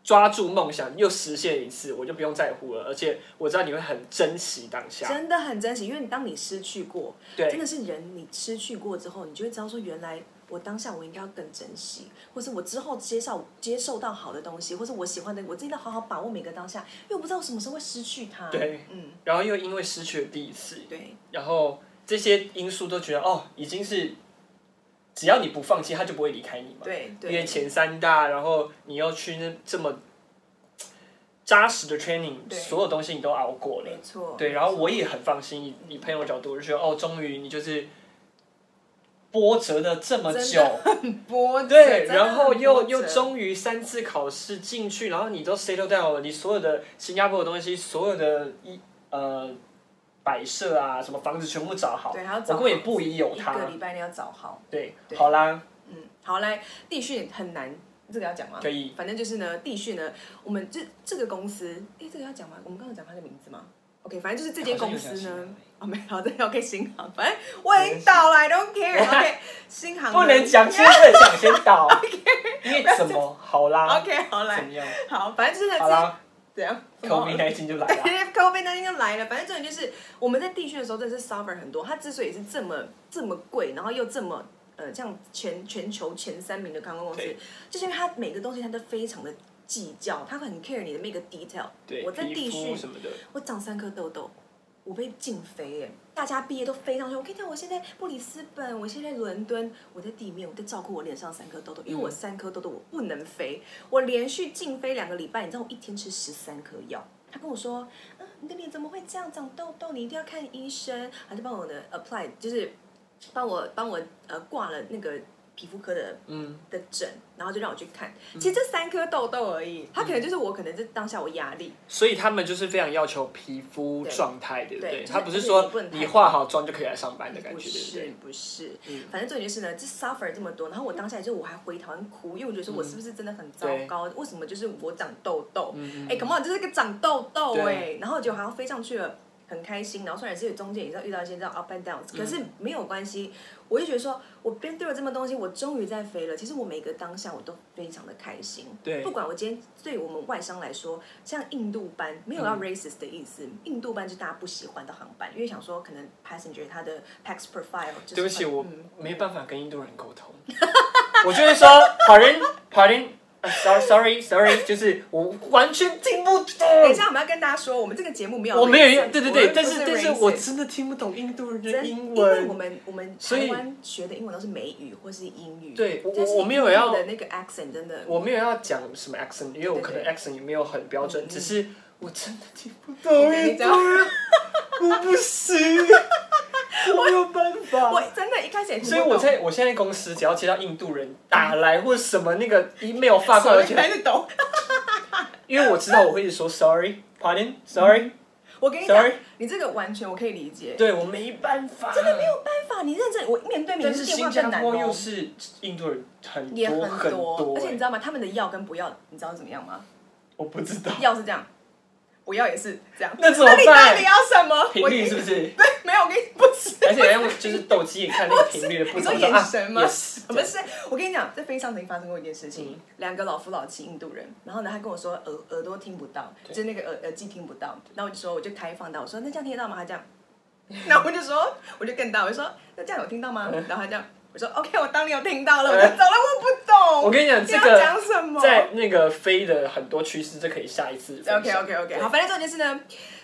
Speaker 1: 抓住梦想，又实现一次，我就不用在乎了。而且我知道你会很珍惜当下，
Speaker 2: 真的很珍惜，因为你当你失去过，
Speaker 1: 对
Speaker 2: 真的是人，你失去过之后，你就会知道说，原来我当下我应该要更珍惜，或是我之后接受接受到好的东西，或是我喜欢的，我真的好好把握每个当下，因为我不知道什么时候会失去它。
Speaker 1: 对，
Speaker 2: 嗯，
Speaker 1: 然后又因为失去了第一次，
Speaker 2: 对，
Speaker 1: 然后这些因素都觉得哦，已经是只要你不放弃，他就不会离开你嘛。
Speaker 2: 对对
Speaker 1: 因为前三大，然后你又去那这么扎实的 training，
Speaker 2: 对哦
Speaker 1: 所有东西你都熬过了
Speaker 2: 没，错。
Speaker 1: 对。然后我也很放心，以以朋友角度我就觉得哦，终于你就是波折的这么久，
Speaker 2: 波折
Speaker 1: 对，
Speaker 2: 真的
Speaker 1: 然后
Speaker 2: 很波
Speaker 1: 又
Speaker 2: 折
Speaker 1: 又终于三次考试进去，然后你都 settle down 了，你所有的新加坡的东西，所有的一呃摆设啊，什么房子全部找好，
Speaker 2: 对还要
Speaker 1: 我
Speaker 2: 找
Speaker 1: 根本也不疑有
Speaker 2: 一个
Speaker 1: 他。
Speaker 2: 礼拜内要找好。
Speaker 1: 对，
Speaker 2: 对
Speaker 1: 好啦，
Speaker 2: 嗯，好，来地训很难，这个要讲吗？
Speaker 1: 可以。
Speaker 2: 反正就是呢，地训呢，我们这这个公司，诶，这个要讲吗？我们刚刚有讲它的名字吗？OK，反正就是这间公司
Speaker 1: 好像有讲新
Speaker 2: 呢
Speaker 1: 航，
Speaker 2: 哦，没有，对，OK，新航，反正我已经倒了，I don't care，OK，新航呢
Speaker 1: 不能讲先不能讲先 倒，因为怎么好啦，
Speaker 2: ，OK，好
Speaker 1: 怎
Speaker 2: 来
Speaker 1: 么，样？
Speaker 2: 好，反正就是呢
Speaker 1: 好啦
Speaker 2: 这怎样
Speaker 1: ，COVID 19就来啊
Speaker 2: 对
Speaker 1: 了，
Speaker 2: ，COVID 那天就来了。反正重点就是我们在地区的时候，真的是 suffer 很多。它之所以是这么这么贵，然后又这么呃，这样全全球前三名的航空公司
Speaker 1: 对，
Speaker 2: 就是因为它每个东西它都非常的计较，它很 care 你的每个 detail。
Speaker 1: 对，
Speaker 2: 我在
Speaker 1: 皮
Speaker 2: 地
Speaker 1: 肤
Speaker 2: 区
Speaker 1: 什么的，
Speaker 2: 我长三颗痘痘，我被禁飞耶！大家毕业都飞上去，我跟你讲，我现在布里斯本，我现在伦敦，我在地面，我在照顾我脸上三颗痘痘，因为我三颗痘痘我不能飞，我连续禁飞两个礼拜，你知道我一天吃十三颗药。他跟我说，嗯，你的脸怎么会这样长痘痘？你一定要看医生。他就帮我呢 apply，就是帮我帮我呃挂了那个皮肤科的
Speaker 1: 嗯，
Speaker 2: 的诊，然后就让我去看。其实这三颗痘痘而已，他可能就是我可能是当下我压力，
Speaker 1: 所以他们就是非常要求皮肤状态，对不
Speaker 2: 对
Speaker 1: 对？
Speaker 2: 就是
Speaker 1: 他不是
Speaker 2: 你
Speaker 1: 说
Speaker 2: 不能太
Speaker 1: 你化好妆就可以来上班的感
Speaker 2: 不
Speaker 1: 觉，对不
Speaker 2: 是
Speaker 1: 对？嗯
Speaker 2: 不是，反正重点就是呢，这 suffer 这么多，然后我当下就是我还回头很苦，因为我觉得说我
Speaker 1: 嗯
Speaker 2: 是不是真的很糟糕？为什么就是我长痘痘？哎、感冒就是个长痘痘哎、
Speaker 1: 嗯对
Speaker 2: 然后就好像飞上去了。很开心，然后虽然是中间也是要遇到一些这样 up and down，s
Speaker 1: 嗯
Speaker 2: 可是没有关系。我就觉得说，我编对了这么东西，我终于在飞了。其实我每个当下我都非常的开心。
Speaker 1: 对
Speaker 2: 不管我今天对我们外商来说，像印度班没有要
Speaker 1: 嗯
Speaker 2: racist 的意思，印度班是大家不喜欢的航班，因为想说可能 passenger 他的 pax profile 就是
Speaker 1: 对不起，
Speaker 2: 很
Speaker 1: 我
Speaker 2: 嗯
Speaker 1: 没办法跟印度人沟通。 我就是说，华人，华人呃，sorry sorry sorry，就是我完全听不
Speaker 2: 等一
Speaker 1: 懂。
Speaker 2: 下我们要跟大家说，我们这个节目没有
Speaker 1: 我没有
Speaker 2: racist，
Speaker 1: 用，对对对，
Speaker 2: 我们
Speaker 1: 但
Speaker 2: 不
Speaker 1: 是
Speaker 2: 是
Speaker 1: 但是我
Speaker 2: racist
Speaker 1: 真的听不懂印度人的
Speaker 2: 真
Speaker 1: 英
Speaker 2: 因为
Speaker 1: 文
Speaker 2: 我。们我们
Speaker 1: 所
Speaker 2: 台
Speaker 1: 以
Speaker 2: 湾学的英文都是美语或是英语，
Speaker 1: 对我
Speaker 2: 但是
Speaker 1: 我没有要
Speaker 2: 印度的那个 accent 真的，
Speaker 1: 我没有要讲什么 accent，因为我可能
Speaker 2: 对
Speaker 1: accent 也没有很标准，
Speaker 2: 嗯
Speaker 1: 只是我真的听不懂
Speaker 2: 你
Speaker 1: 印
Speaker 2: 知道
Speaker 1: 度人，我不行，我没有办
Speaker 2: 我
Speaker 1: 法。
Speaker 2: 真的一开始也听不
Speaker 1: 所以我
Speaker 2: 懂
Speaker 1: 在我现在公司，只要接到印度人打来或者什么那个 email 发过来，我
Speaker 2: 手机
Speaker 1: 觉
Speaker 2: 还
Speaker 1: 得，
Speaker 2: 是懂。
Speaker 1: 因为我知道我会一直说 sorry，pardon，sorry，
Speaker 2: 嗯我跟你讲
Speaker 1: Sorry，
Speaker 2: 你这个完全我可以理解，
Speaker 1: 对我没办法。
Speaker 2: 真的没有办法，你认真我面对面
Speaker 1: 但
Speaker 2: 是
Speaker 1: 是
Speaker 2: 电
Speaker 1: 新
Speaker 2: 话更
Speaker 1: 加
Speaker 2: 难
Speaker 1: 坡又
Speaker 2: 哦。
Speaker 1: 是印度人很
Speaker 2: 也
Speaker 1: 多
Speaker 2: 很
Speaker 1: 多，欸
Speaker 2: 而且你知
Speaker 1: 道
Speaker 2: 道吗？他们的要跟不要，你知道是怎么样吗？
Speaker 1: 我不知道
Speaker 2: 要是这样，不要也是这样。
Speaker 1: 那怎么办
Speaker 2: 你到底要什么？
Speaker 1: 频
Speaker 2: 我
Speaker 1: 率是不是？
Speaker 2: 对，没 有，我跟你不是。
Speaker 1: 而且人家用就是斗鸡眼看那个频率的不同，
Speaker 2: 你说
Speaker 1: 我说
Speaker 2: 眼
Speaker 1: 啊
Speaker 2: 神吗？
Speaker 1: yes，
Speaker 2: 不是，我跟你讲，在飞机上曾经发生过一件事
Speaker 1: 嗯
Speaker 2: 情，两个老夫老妻印度人，然后呢，他跟我说耳耳朵听不到，就是那个耳耳机听不到，然后我就说我就开放到，我说那这样听得到吗？他这样，那我就说我就更大，我就说那这样有听到吗？然后他这样，我说 OK，我当你有听到了，我就走了，我不懂。
Speaker 1: 哎我跟你讲
Speaker 2: 要
Speaker 1: 这个
Speaker 2: 讲什么？
Speaker 1: 在那个飞的很多趋势，这可以下一次分享。
Speaker 2: OK OK OK，
Speaker 1: 对
Speaker 2: 好，反正重点是呢，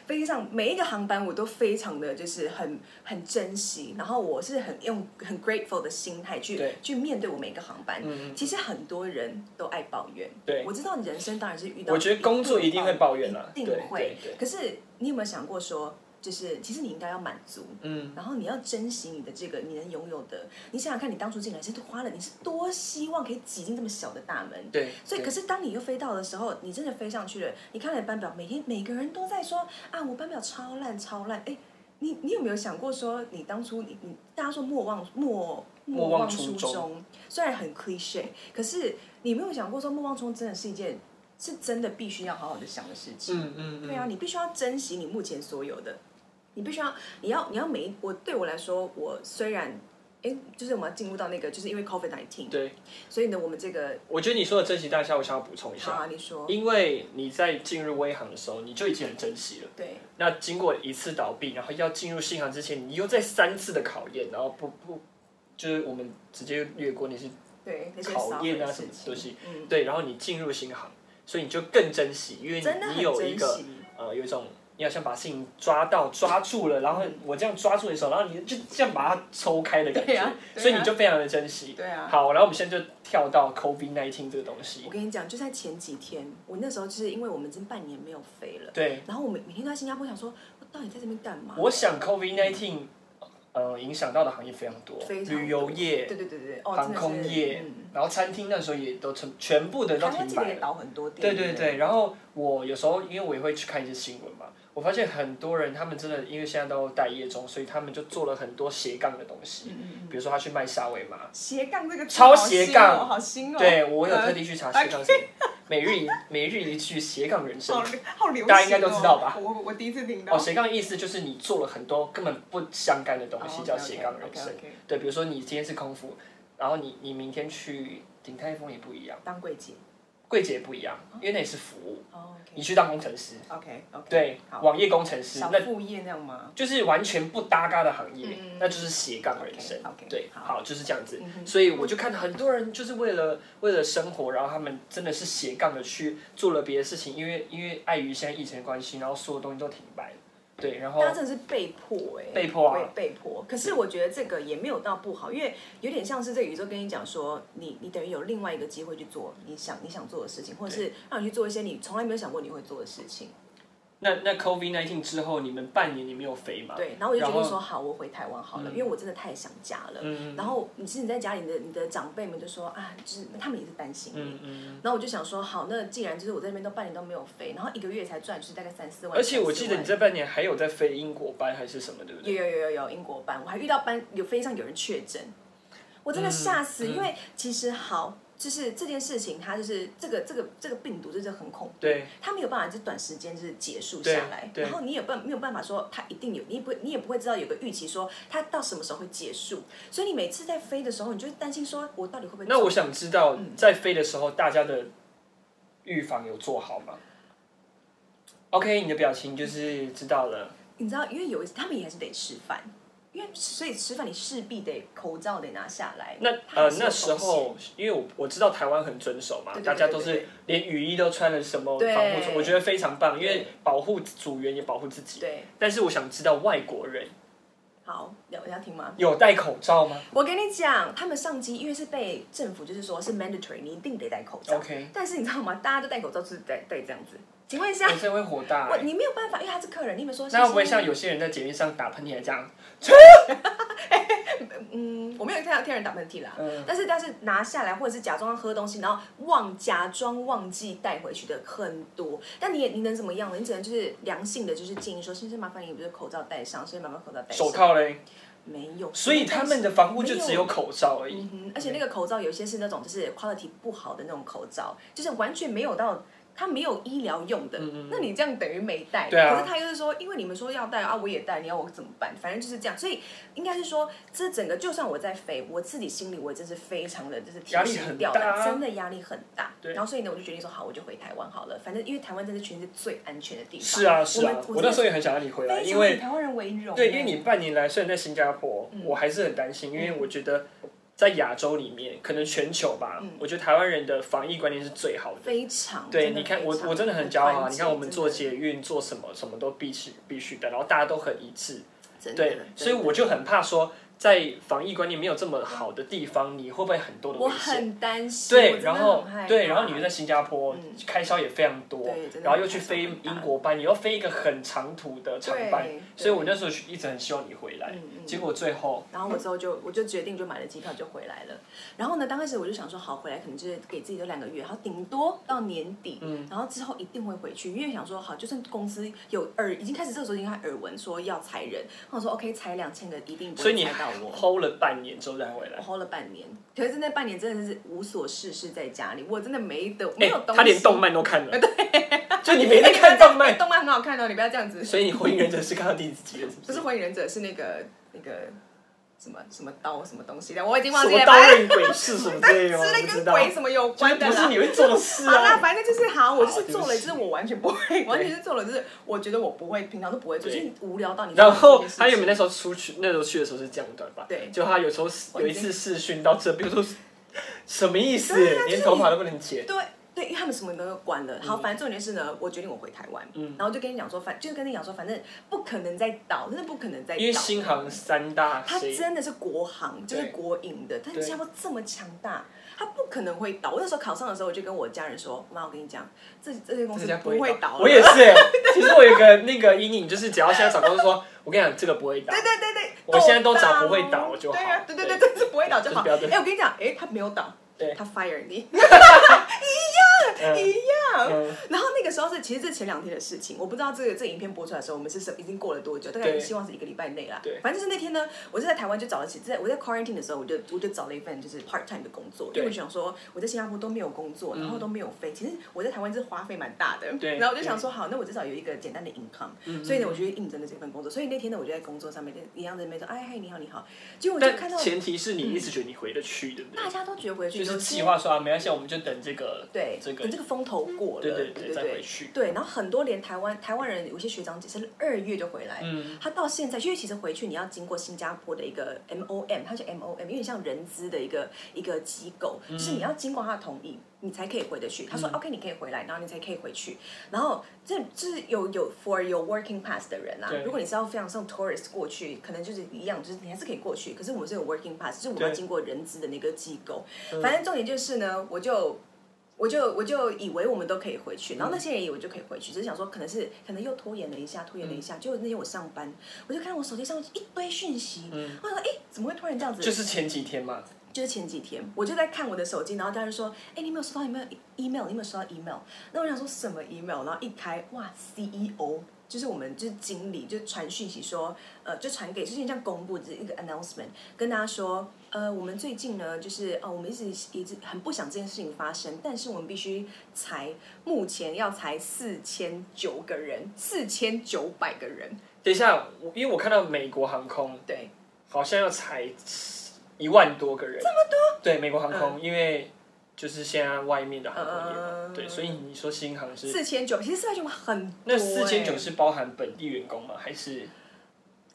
Speaker 2: 飞机上每一个航班我都非常的就是很很珍惜，然后我是很用很 grateful 的心态去
Speaker 1: 对嗯
Speaker 2: 去面对我每一个航班。其实很多人都爱抱怨，
Speaker 1: 对
Speaker 2: 我知道你人生当然是遇到，
Speaker 1: 我觉得工作一定会抱怨啦，啊
Speaker 2: 一定
Speaker 1: 对
Speaker 2: 会
Speaker 1: 对对。
Speaker 2: 可是你有没有想过说，就是其实你应该要满足，
Speaker 1: 嗯，
Speaker 2: 然后你要珍惜你的这个你能拥有的。你想想看，你当初进来是花了，你是多希望可以挤进这么小的大门，
Speaker 1: 对。
Speaker 2: 所以，
Speaker 1: 对
Speaker 2: 可是当你又飞到的时候，你真的飞上去了，你看了班表，每天每个人都在说啊，我班表超烂超烂。哎，你你有没有想过说，你当初你你大家说莫忘莫
Speaker 1: 莫忘
Speaker 2: 忘
Speaker 1: 初
Speaker 2: 衷，
Speaker 1: 衷
Speaker 2: 虽然很 cliche，可是你有没有想过说莫忘初衷真的是一件是真的必须要好好的想的事情。
Speaker 1: 嗯嗯嗯，
Speaker 2: 对啊，你必须要珍惜你目前所有的，你必须要，你要，你要每一我对我来说，我虽然，哎，就是我们要进入到那个，就是因为 COVID nineteen，
Speaker 1: 对，
Speaker 2: 所以呢，我们这个，
Speaker 1: 呃我觉得你说的珍惜当下，我想要补充一
Speaker 2: 好啊，
Speaker 1: 下，
Speaker 2: 你说，
Speaker 1: 因为你在进入微航的时候，你就已经很珍惜了。
Speaker 2: 对，
Speaker 1: 那经过一次倒闭，然后要进入新航之前，你又在三次的考验，然后不不，就是我们直接略过那些
Speaker 2: 对那些
Speaker 1: 考验啊
Speaker 2: suffer 的
Speaker 1: 什么
Speaker 2: 事情
Speaker 1: 东西，
Speaker 2: 嗯，
Speaker 1: 对，然后你进入新航，所以你就更珍惜，因为
Speaker 2: 真的
Speaker 1: 你
Speaker 2: 很
Speaker 1: 你有一
Speaker 2: 珍
Speaker 1: 个
Speaker 2: 惜，
Speaker 1: 呃，有一种你好像把事情抓到、抓住了，然后我这样抓住你的手，然后你就这样把它抽开的感
Speaker 2: 对
Speaker 1: 觉，
Speaker 2: 啊对啊
Speaker 1: 所以你就非常的珍惜。
Speaker 2: 对啊。
Speaker 1: 好，然后我们现在就跳到 COVID nineteen 这个东西
Speaker 2: 我，跟你讲，就在前几天，我那时候就是因为我们已经半年没有飞了，
Speaker 1: 对，
Speaker 2: 然后我每每天都在新加坡想说，我到底在这边干嘛？
Speaker 1: 我想 COVID nineteen 呃影响到的行业非常多，
Speaker 2: 非常
Speaker 1: 旅游
Speaker 2: 对
Speaker 1: 业、
Speaker 2: 对对对对，哦，
Speaker 1: 航
Speaker 2: 真的
Speaker 1: 空
Speaker 2: 是
Speaker 1: 业，
Speaker 2: 嗯
Speaker 1: 然后餐厅那时候也都全全部的都
Speaker 2: 台
Speaker 1: 停
Speaker 2: 湾这个
Speaker 1: 摆
Speaker 2: 也
Speaker 1: 了。
Speaker 2: 倒很多店，
Speaker 1: 对
Speaker 2: 对
Speaker 1: 对
Speaker 2: 不，
Speaker 1: 对，然后我有时候因为我也会去看一些新闻嘛，我发现很多人他们真的因为现在都待业中，所以他们就做了很多斜杠的东西，
Speaker 2: 嗯嗯嗯
Speaker 1: 比如说他去卖沙威玛，
Speaker 2: 斜杠这个字
Speaker 1: 超斜杠
Speaker 2: 好新哦，好新哦
Speaker 1: 对我有特
Speaker 2: 呃
Speaker 1: 地去查斜杠是每日一每日一句斜杠人生
Speaker 2: 好。好流行、哦，
Speaker 1: 大家应该都知道吧
Speaker 2: 我我我第一次听到，
Speaker 1: 哦，斜杠意思就是你做了很多根本不相干的东
Speaker 2: 哦
Speaker 1: 西，叫斜杠人生。
Speaker 2: o k
Speaker 1: 对，比如说你今天是空腹，然后你你明天去鼎泰丰也不一样，
Speaker 2: 当柜姐
Speaker 1: 柜姐也不一样，因为那也是服务。
Speaker 2: 哦
Speaker 1: 你去当工程师，
Speaker 2: ，OK OK，
Speaker 1: 对，
Speaker 2: 好，
Speaker 1: 网页工程师，
Speaker 2: 小
Speaker 1: 那
Speaker 2: 副业那样吗？
Speaker 1: 就是完全不搭嘎的行业，
Speaker 2: 嗯
Speaker 1: 那就是斜杠人生。
Speaker 2: OK，OK，
Speaker 1: 对，
Speaker 2: 好
Speaker 1: 好，就是这样子
Speaker 2: 嗯。哼
Speaker 1: 所以我就看很多人就是为了为了生活，然后他们真的是斜杠的去做了别的事情，因为因为碍于现在疫情的关系，然后所有东西都停摆了。对，然后
Speaker 2: 大家真的是被迫哎、
Speaker 1: 被迫啊
Speaker 2: 被被迫。可是我觉得这个也没有到不好，因为有点像是这个宇宙跟你讲说，你你等于有另外一个机会去做你想你想做的事情，或者是让你去做一些你从来没有想过你会做的事情。
Speaker 1: 那那 COVID nineteen 之后，你们半年你没有飞嘛？
Speaker 2: 对，然后我就决定
Speaker 1: 然后
Speaker 2: 说好，我回台湾好了，因为我真的太想家了。
Speaker 1: 嗯
Speaker 2: 然后你其实你在家里，你的你的长辈们就说啊，就是他们也是担心。
Speaker 1: 嗯嗯。
Speaker 2: 然后我就想说，好，那既然就是我在那边都半年都没有飞，然后一个月才赚就是大概三四万，
Speaker 1: 而且我记得你
Speaker 2: 三四
Speaker 1: 这
Speaker 2: 万
Speaker 1: 半年还有在飞英国班还是什么，对不对？
Speaker 2: 有有有有有英国班，我还遇到班有飞机上有人确诊，我真的
Speaker 1: 嗯
Speaker 2: 吓死，因为其实好就是这件事情，它就是这个这个这个病毒就是很恐怖，
Speaker 1: 对，
Speaker 2: 它没有办法就短时间就是结束下
Speaker 1: 对
Speaker 2: 来，
Speaker 1: 对
Speaker 2: 然后你也办没有办法说它一定有，你也不会你也不会知道有个预期说它到什么时候会结束，所以你每次在飞的时候，你就会担心说我到底会不会嗯
Speaker 1: 那我
Speaker 2: 中
Speaker 1: 想知道，在飞的时候大家的预防有做好吗？OK，你的表情就是知道了。
Speaker 2: 你知道，因为有一他们也还是得吃饭，因为所以吃饭你势必得口罩得拿下来。
Speaker 1: 那
Speaker 2: 它还
Speaker 1: 呃
Speaker 2: 是有
Speaker 1: 那时
Speaker 2: 风险
Speaker 1: 候，因为我我知道台湾很遵守嘛，
Speaker 2: 对对对
Speaker 1: 大家都
Speaker 2: 对
Speaker 1: 是
Speaker 2: 对
Speaker 1: 连雨衣都穿了什么
Speaker 2: 对
Speaker 1: 防护装，我觉得非常棒，因为
Speaker 2: 对
Speaker 1: 保护组员也保护自己。
Speaker 2: 对，
Speaker 1: 但是我想知道外国人
Speaker 2: 好，要要听吗？
Speaker 1: 有戴口罩吗
Speaker 2: 我跟你讲，他们上机因为是被政府就是说是 mandatory，你一定得戴口罩。
Speaker 1: ？OK，
Speaker 2: 但是你知道吗？大家都戴口罩，就是戴戴这样子。请问一下
Speaker 1: 我，真的会火大
Speaker 2: 我
Speaker 1: 欸、
Speaker 2: 你没有办法，因为他是客人，你们说
Speaker 1: 那会不会
Speaker 2: 先
Speaker 1: 像有些人在捷运上打喷嚏还这样？
Speaker 2: 嗯，我没有看到天人打喷嚏啦。
Speaker 1: 嗯
Speaker 2: 但是但是拿下来，或者是假装喝东西，然后忘假装忘记带回去的很多。但你也你能怎么样呢？你只能就是良性的，就是建议说，先生麻烦你，不是口罩戴上，所以麻烦口罩戴上。
Speaker 1: 手套嘞？
Speaker 2: 没有，
Speaker 1: 所以他们的防护就只有口罩而已。
Speaker 2: 嗯，而且那个口罩有些是那种就是 quality 不好的那种口罩，就是完全没有到。它没有医疗用的，那你这样等于没戴。
Speaker 1: 嗯对啊
Speaker 2: 可是他又是说，因为你们说要戴啊，我也戴，你要我怎么办？反正就是这样。所以应该是说，这整个就算我在飞，我自己心里我真是非常的就是提
Speaker 1: 压力
Speaker 2: 心
Speaker 1: 很
Speaker 2: 吊
Speaker 1: 大啊
Speaker 2: 胆，真的压力很大。
Speaker 1: 对
Speaker 2: 然后所以呢，我就决定说，好，我就回台湾好了。反正因为台湾真的全是最安全的地方。
Speaker 1: 是啊，是啊，
Speaker 2: 我
Speaker 1: 我
Speaker 2: 们
Speaker 1: 那时候
Speaker 2: 候
Speaker 1: 也很想让你回来，
Speaker 2: 非
Speaker 1: 因
Speaker 2: 常以
Speaker 1: 为
Speaker 2: 台湾人为荣。
Speaker 1: 对，因为你半年来虽然在新加坡，
Speaker 2: 嗯
Speaker 1: 我还是很担心，因为我觉得在亚洲里面，可能全球吧，我觉得台湾人的防疫观念是最好的。
Speaker 2: 非嗯常
Speaker 1: 对，
Speaker 2: 真的
Speaker 1: 你看
Speaker 2: 非
Speaker 1: 我
Speaker 2: 常
Speaker 1: 我真的很骄傲啊！
Speaker 2: 团
Speaker 1: 你
Speaker 2: 结
Speaker 1: 看我们做
Speaker 2: 真的
Speaker 1: 捷运做什么，什么都必须必须的，然后大家都很一致。
Speaker 2: 真的
Speaker 1: 对，所以
Speaker 2: 真的
Speaker 1: 我就很怕说，在防疫观念没有这么好的地方，你会不会很多的
Speaker 2: 我
Speaker 1: 危险？
Speaker 2: 很担心，我
Speaker 1: 对，
Speaker 2: 真的
Speaker 1: 然后
Speaker 2: 很害怕
Speaker 1: 对，然后你又在新加坡，开销也非常多
Speaker 2: 对真，的
Speaker 1: 然后又去
Speaker 2: 开销
Speaker 1: 飞
Speaker 2: 很大
Speaker 1: 英国班，你又飞一个很长途的长班
Speaker 2: 对，
Speaker 1: 所以我那时候去一直很希望你回来，结果最后
Speaker 2: 然后我之后就我就决定就买了机票就回来了。然后呢，刚开始我就想说，好回来可能就是给自己留两个月，然后顶多到年底，
Speaker 1: 嗯
Speaker 2: 然后之后一定会回去，因为想说好，就算公司有耳已经开始这个时候已经开始耳闻说要裁人，我想说 OK 裁两千个一定不
Speaker 1: 所以
Speaker 2: 会
Speaker 1: 你
Speaker 2: 裁到我。
Speaker 1: hold 了半年之后再回来
Speaker 2: 我。hold 了半年，可是那半年真的是无所事事，在家里，我真的没得没
Speaker 1: 哎
Speaker 2: 有东，西。
Speaker 1: 他连动漫都看了，就 你没在看动 漫，
Speaker 2: 动漫很好看哦，你不要这样子。
Speaker 1: 所以你《火影忍者》是看到第几集了？不
Speaker 2: 不是
Speaker 1: 是
Speaker 2: 火影忍者，是那个那个什么什么刀什么东西的，我已经忘
Speaker 1: 什
Speaker 2: 记
Speaker 1: 么
Speaker 2: 了。
Speaker 1: 刀
Speaker 2: 反正
Speaker 1: 刃鬼事什么之类的吗，
Speaker 2: 之
Speaker 1: 我
Speaker 2: 类
Speaker 1: 不知
Speaker 2: 跟
Speaker 1: 道，
Speaker 2: 鬼什么有关的
Speaker 1: 不是
Speaker 2: 啦。
Speaker 1: 你会做的事
Speaker 2: 好啦，
Speaker 1: 啊。
Speaker 2: 反正就是好，我就
Speaker 1: 好
Speaker 2: 是
Speaker 1: 对不
Speaker 2: 做了，就
Speaker 1: 起
Speaker 2: 是我完全不会，完全是做了，就是我觉得我不会，平常都不会做，就
Speaker 1: 对
Speaker 2: 是无聊到你。
Speaker 1: 然后他
Speaker 2: 有
Speaker 1: 原本那时候出去，那时候去的时候是降短发，
Speaker 2: 对
Speaker 1: 就他有时候是
Speaker 2: 我已
Speaker 1: 有
Speaker 2: 经
Speaker 1: 一次试训到这边，我说什么意思
Speaker 2: 对啊就？是
Speaker 1: 连头发都不能剪。
Speaker 2: 对对，因为他们什么都关了。
Speaker 1: 嗯
Speaker 2: 好，反正重点是呢，我决定我回台湾，然后就跟你讲说，反就是跟你讲说，反正不可能再倒，真的不可能再倒。
Speaker 1: 因为新航三大
Speaker 2: 它
Speaker 1: 谁
Speaker 2: 真的是国行，就是国营的，但
Speaker 1: 对
Speaker 2: 新加坡这么强大，它不可能会倒。我那时候考上的时候，我就跟我家人说：“妈，我跟你讲，这这些公
Speaker 1: 这
Speaker 2: 司
Speaker 1: 家
Speaker 2: 不会倒了。”
Speaker 1: 我也是欸，其实我有一个那个阴影，就是只要现在找工作说，我跟你讲这个不会倒
Speaker 2: 对。对对对，
Speaker 1: 我现在都
Speaker 2: 懂
Speaker 1: 找
Speaker 2: 了
Speaker 1: 不会倒就好
Speaker 2: 对啊，对对对，
Speaker 1: 对
Speaker 2: 对是不会倒就好。
Speaker 1: 就是不要对
Speaker 2: 哎，我跟你讲，哎，他没有倒，
Speaker 1: 对
Speaker 2: 他 fire 你。
Speaker 1: 嗯 嗯
Speaker 2: 然后那个时候是，其实这前两天的事情，我不知道这个这影片播出来的时候，我们是什已经过了多久，大概
Speaker 1: 对
Speaker 2: 希望是一个礼拜内啦。
Speaker 1: 对
Speaker 2: 反正就是那天呢，我是在台湾就找了，其实在我在 quarantine 的时候，我就我就找了一份就是 part time 的工作，因
Speaker 1: 对嗯
Speaker 2: 为我想说我在新加坡都没有工作，然后都没有飞，其实我在台湾是花费蛮大的，
Speaker 1: 对嗯
Speaker 2: 然后我就想说好，那我至少有一个简单的 income，所以呢，我就应征了这份工作，所以那天呢，我就在工作上面一样在那边说，哎嗨，你好你好，结果我就看
Speaker 1: 但
Speaker 2: 到
Speaker 1: 前提是你一直觉得你回得去，对不对
Speaker 2: 大？家都觉得回去
Speaker 1: 就是
Speaker 2: 有些
Speaker 1: 计划说啊，没关系，我们就等这个
Speaker 2: 对，
Speaker 1: 这个
Speaker 2: 等这个风头过了，
Speaker 1: 对对
Speaker 2: 对
Speaker 1: 对再回去
Speaker 2: 对，然后很多连台湾台湾人，有些学长姐是二月就回来，
Speaker 1: 嗯
Speaker 2: 他到现在，因为其实回去你要经过新加坡的一个 MOM，它叫 MOM，有点像人资的一个一个机构，
Speaker 1: 嗯
Speaker 2: 就是你要经过他的同意，你才可以回得去。他说、OK，你可以回来，然后你才可以回去。然后这就是有有 for 有 working pass 的人啊
Speaker 1: 对，
Speaker 2: 如果你是要非常像 tourist 过去，可能就是一样，就是你还是可以过去，可是我们是有 working pass，就是我们要
Speaker 1: 对
Speaker 2: 经过人资的那个机构。反正重点就是呢，我就。我我就我就以为我们都可以回去，然后那些人以为就可以回去，只是想说可能是可能又拖延了一下，拖延了一下。结果那天我上班，我就看到我手机上面一堆讯息，我想说，哎，怎么会突然这样子？
Speaker 1: 就是前几天嘛，
Speaker 2: 就是前几天，我就在看我的手机，然后大家就说：“哎、你有没有收到？有没有 email？你有没有收到 email？” 那我想说什么 email？然后一开，哇，CEO 就是我们就是经理，就传讯息说，呃，就传给，就是有点像公布这一个 announcement，跟大家说，呃，我们最近呢，就是呃，我们一直一直很不想这件事情发生，但是我们必须裁，目前要裁四千九个人，四千九百个人，
Speaker 1: 等一下，我因为我看到美国航空
Speaker 2: 对，
Speaker 1: 好像要裁一万多个人，这么多？对，美国航空，因为就是现在外面的航空业嘛，
Speaker 2: 嗯
Speaker 1: 对，所以你说新航是
Speaker 2: 四千九，其实四百九很多、欸
Speaker 1: 那四千
Speaker 2: 哎
Speaker 1: 九是包含本地员工吗？还是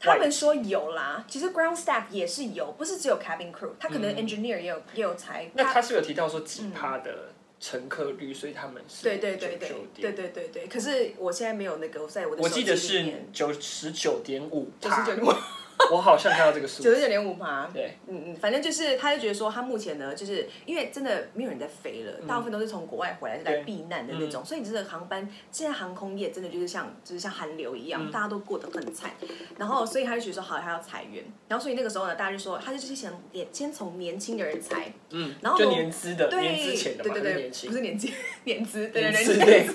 Speaker 2: 他们说有啦，其实 ground staff 也是有，不是只有 cabin crew，他可能
Speaker 1: 嗯
Speaker 2: engineer 也有、也有才。
Speaker 1: 那他是有提到说几趴的乘客率，所以他们是
Speaker 2: 嗯对对对
Speaker 1: 九
Speaker 2: 对
Speaker 1: 九
Speaker 2: 对
Speaker 1: 点，
Speaker 2: 对对对，可是我现在没有那个，我在我的
Speaker 1: 我记得
Speaker 2: 手机里
Speaker 1: 是
Speaker 2: 面
Speaker 1: 九十九点五
Speaker 2: 九十
Speaker 1: 趴
Speaker 2: 九，点五，
Speaker 1: 我好像看到这个数
Speaker 2: 九
Speaker 1: 字，
Speaker 2: 十九点五趴。
Speaker 1: 对，
Speaker 2: 嗯嗯，反正就是，他就觉得说，他目前呢，就是因为真的没有人在飞了，大部分都是从国外回来来
Speaker 1: 嗯对嗯
Speaker 2: 避难的那种，所以这个航班现在航空业真的就是像就是像寒流一样，
Speaker 1: 嗯
Speaker 2: 大家都过得很惨。然后，所以他就觉得说，好，他要裁员。然后，所以那个时候呢，大家就说，他就是想年先从年轻的人裁，
Speaker 1: 嗯，
Speaker 2: 然后
Speaker 1: 就
Speaker 2: 我
Speaker 1: 年资的，
Speaker 2: 对，
Speaker 1: 年资前的嘛，
Speaker 2: 对
Speaker 1: 还是
Speaker 2: 对对，
Speaker 1: 年
Speaker 2: 不
Speaker 1: 轻，
Speaker 2: 是年纪， 年资，对对哎
Speaker 1: 年
Speaker 2: 对，
Speaker 1: 资
Speaker 2: 年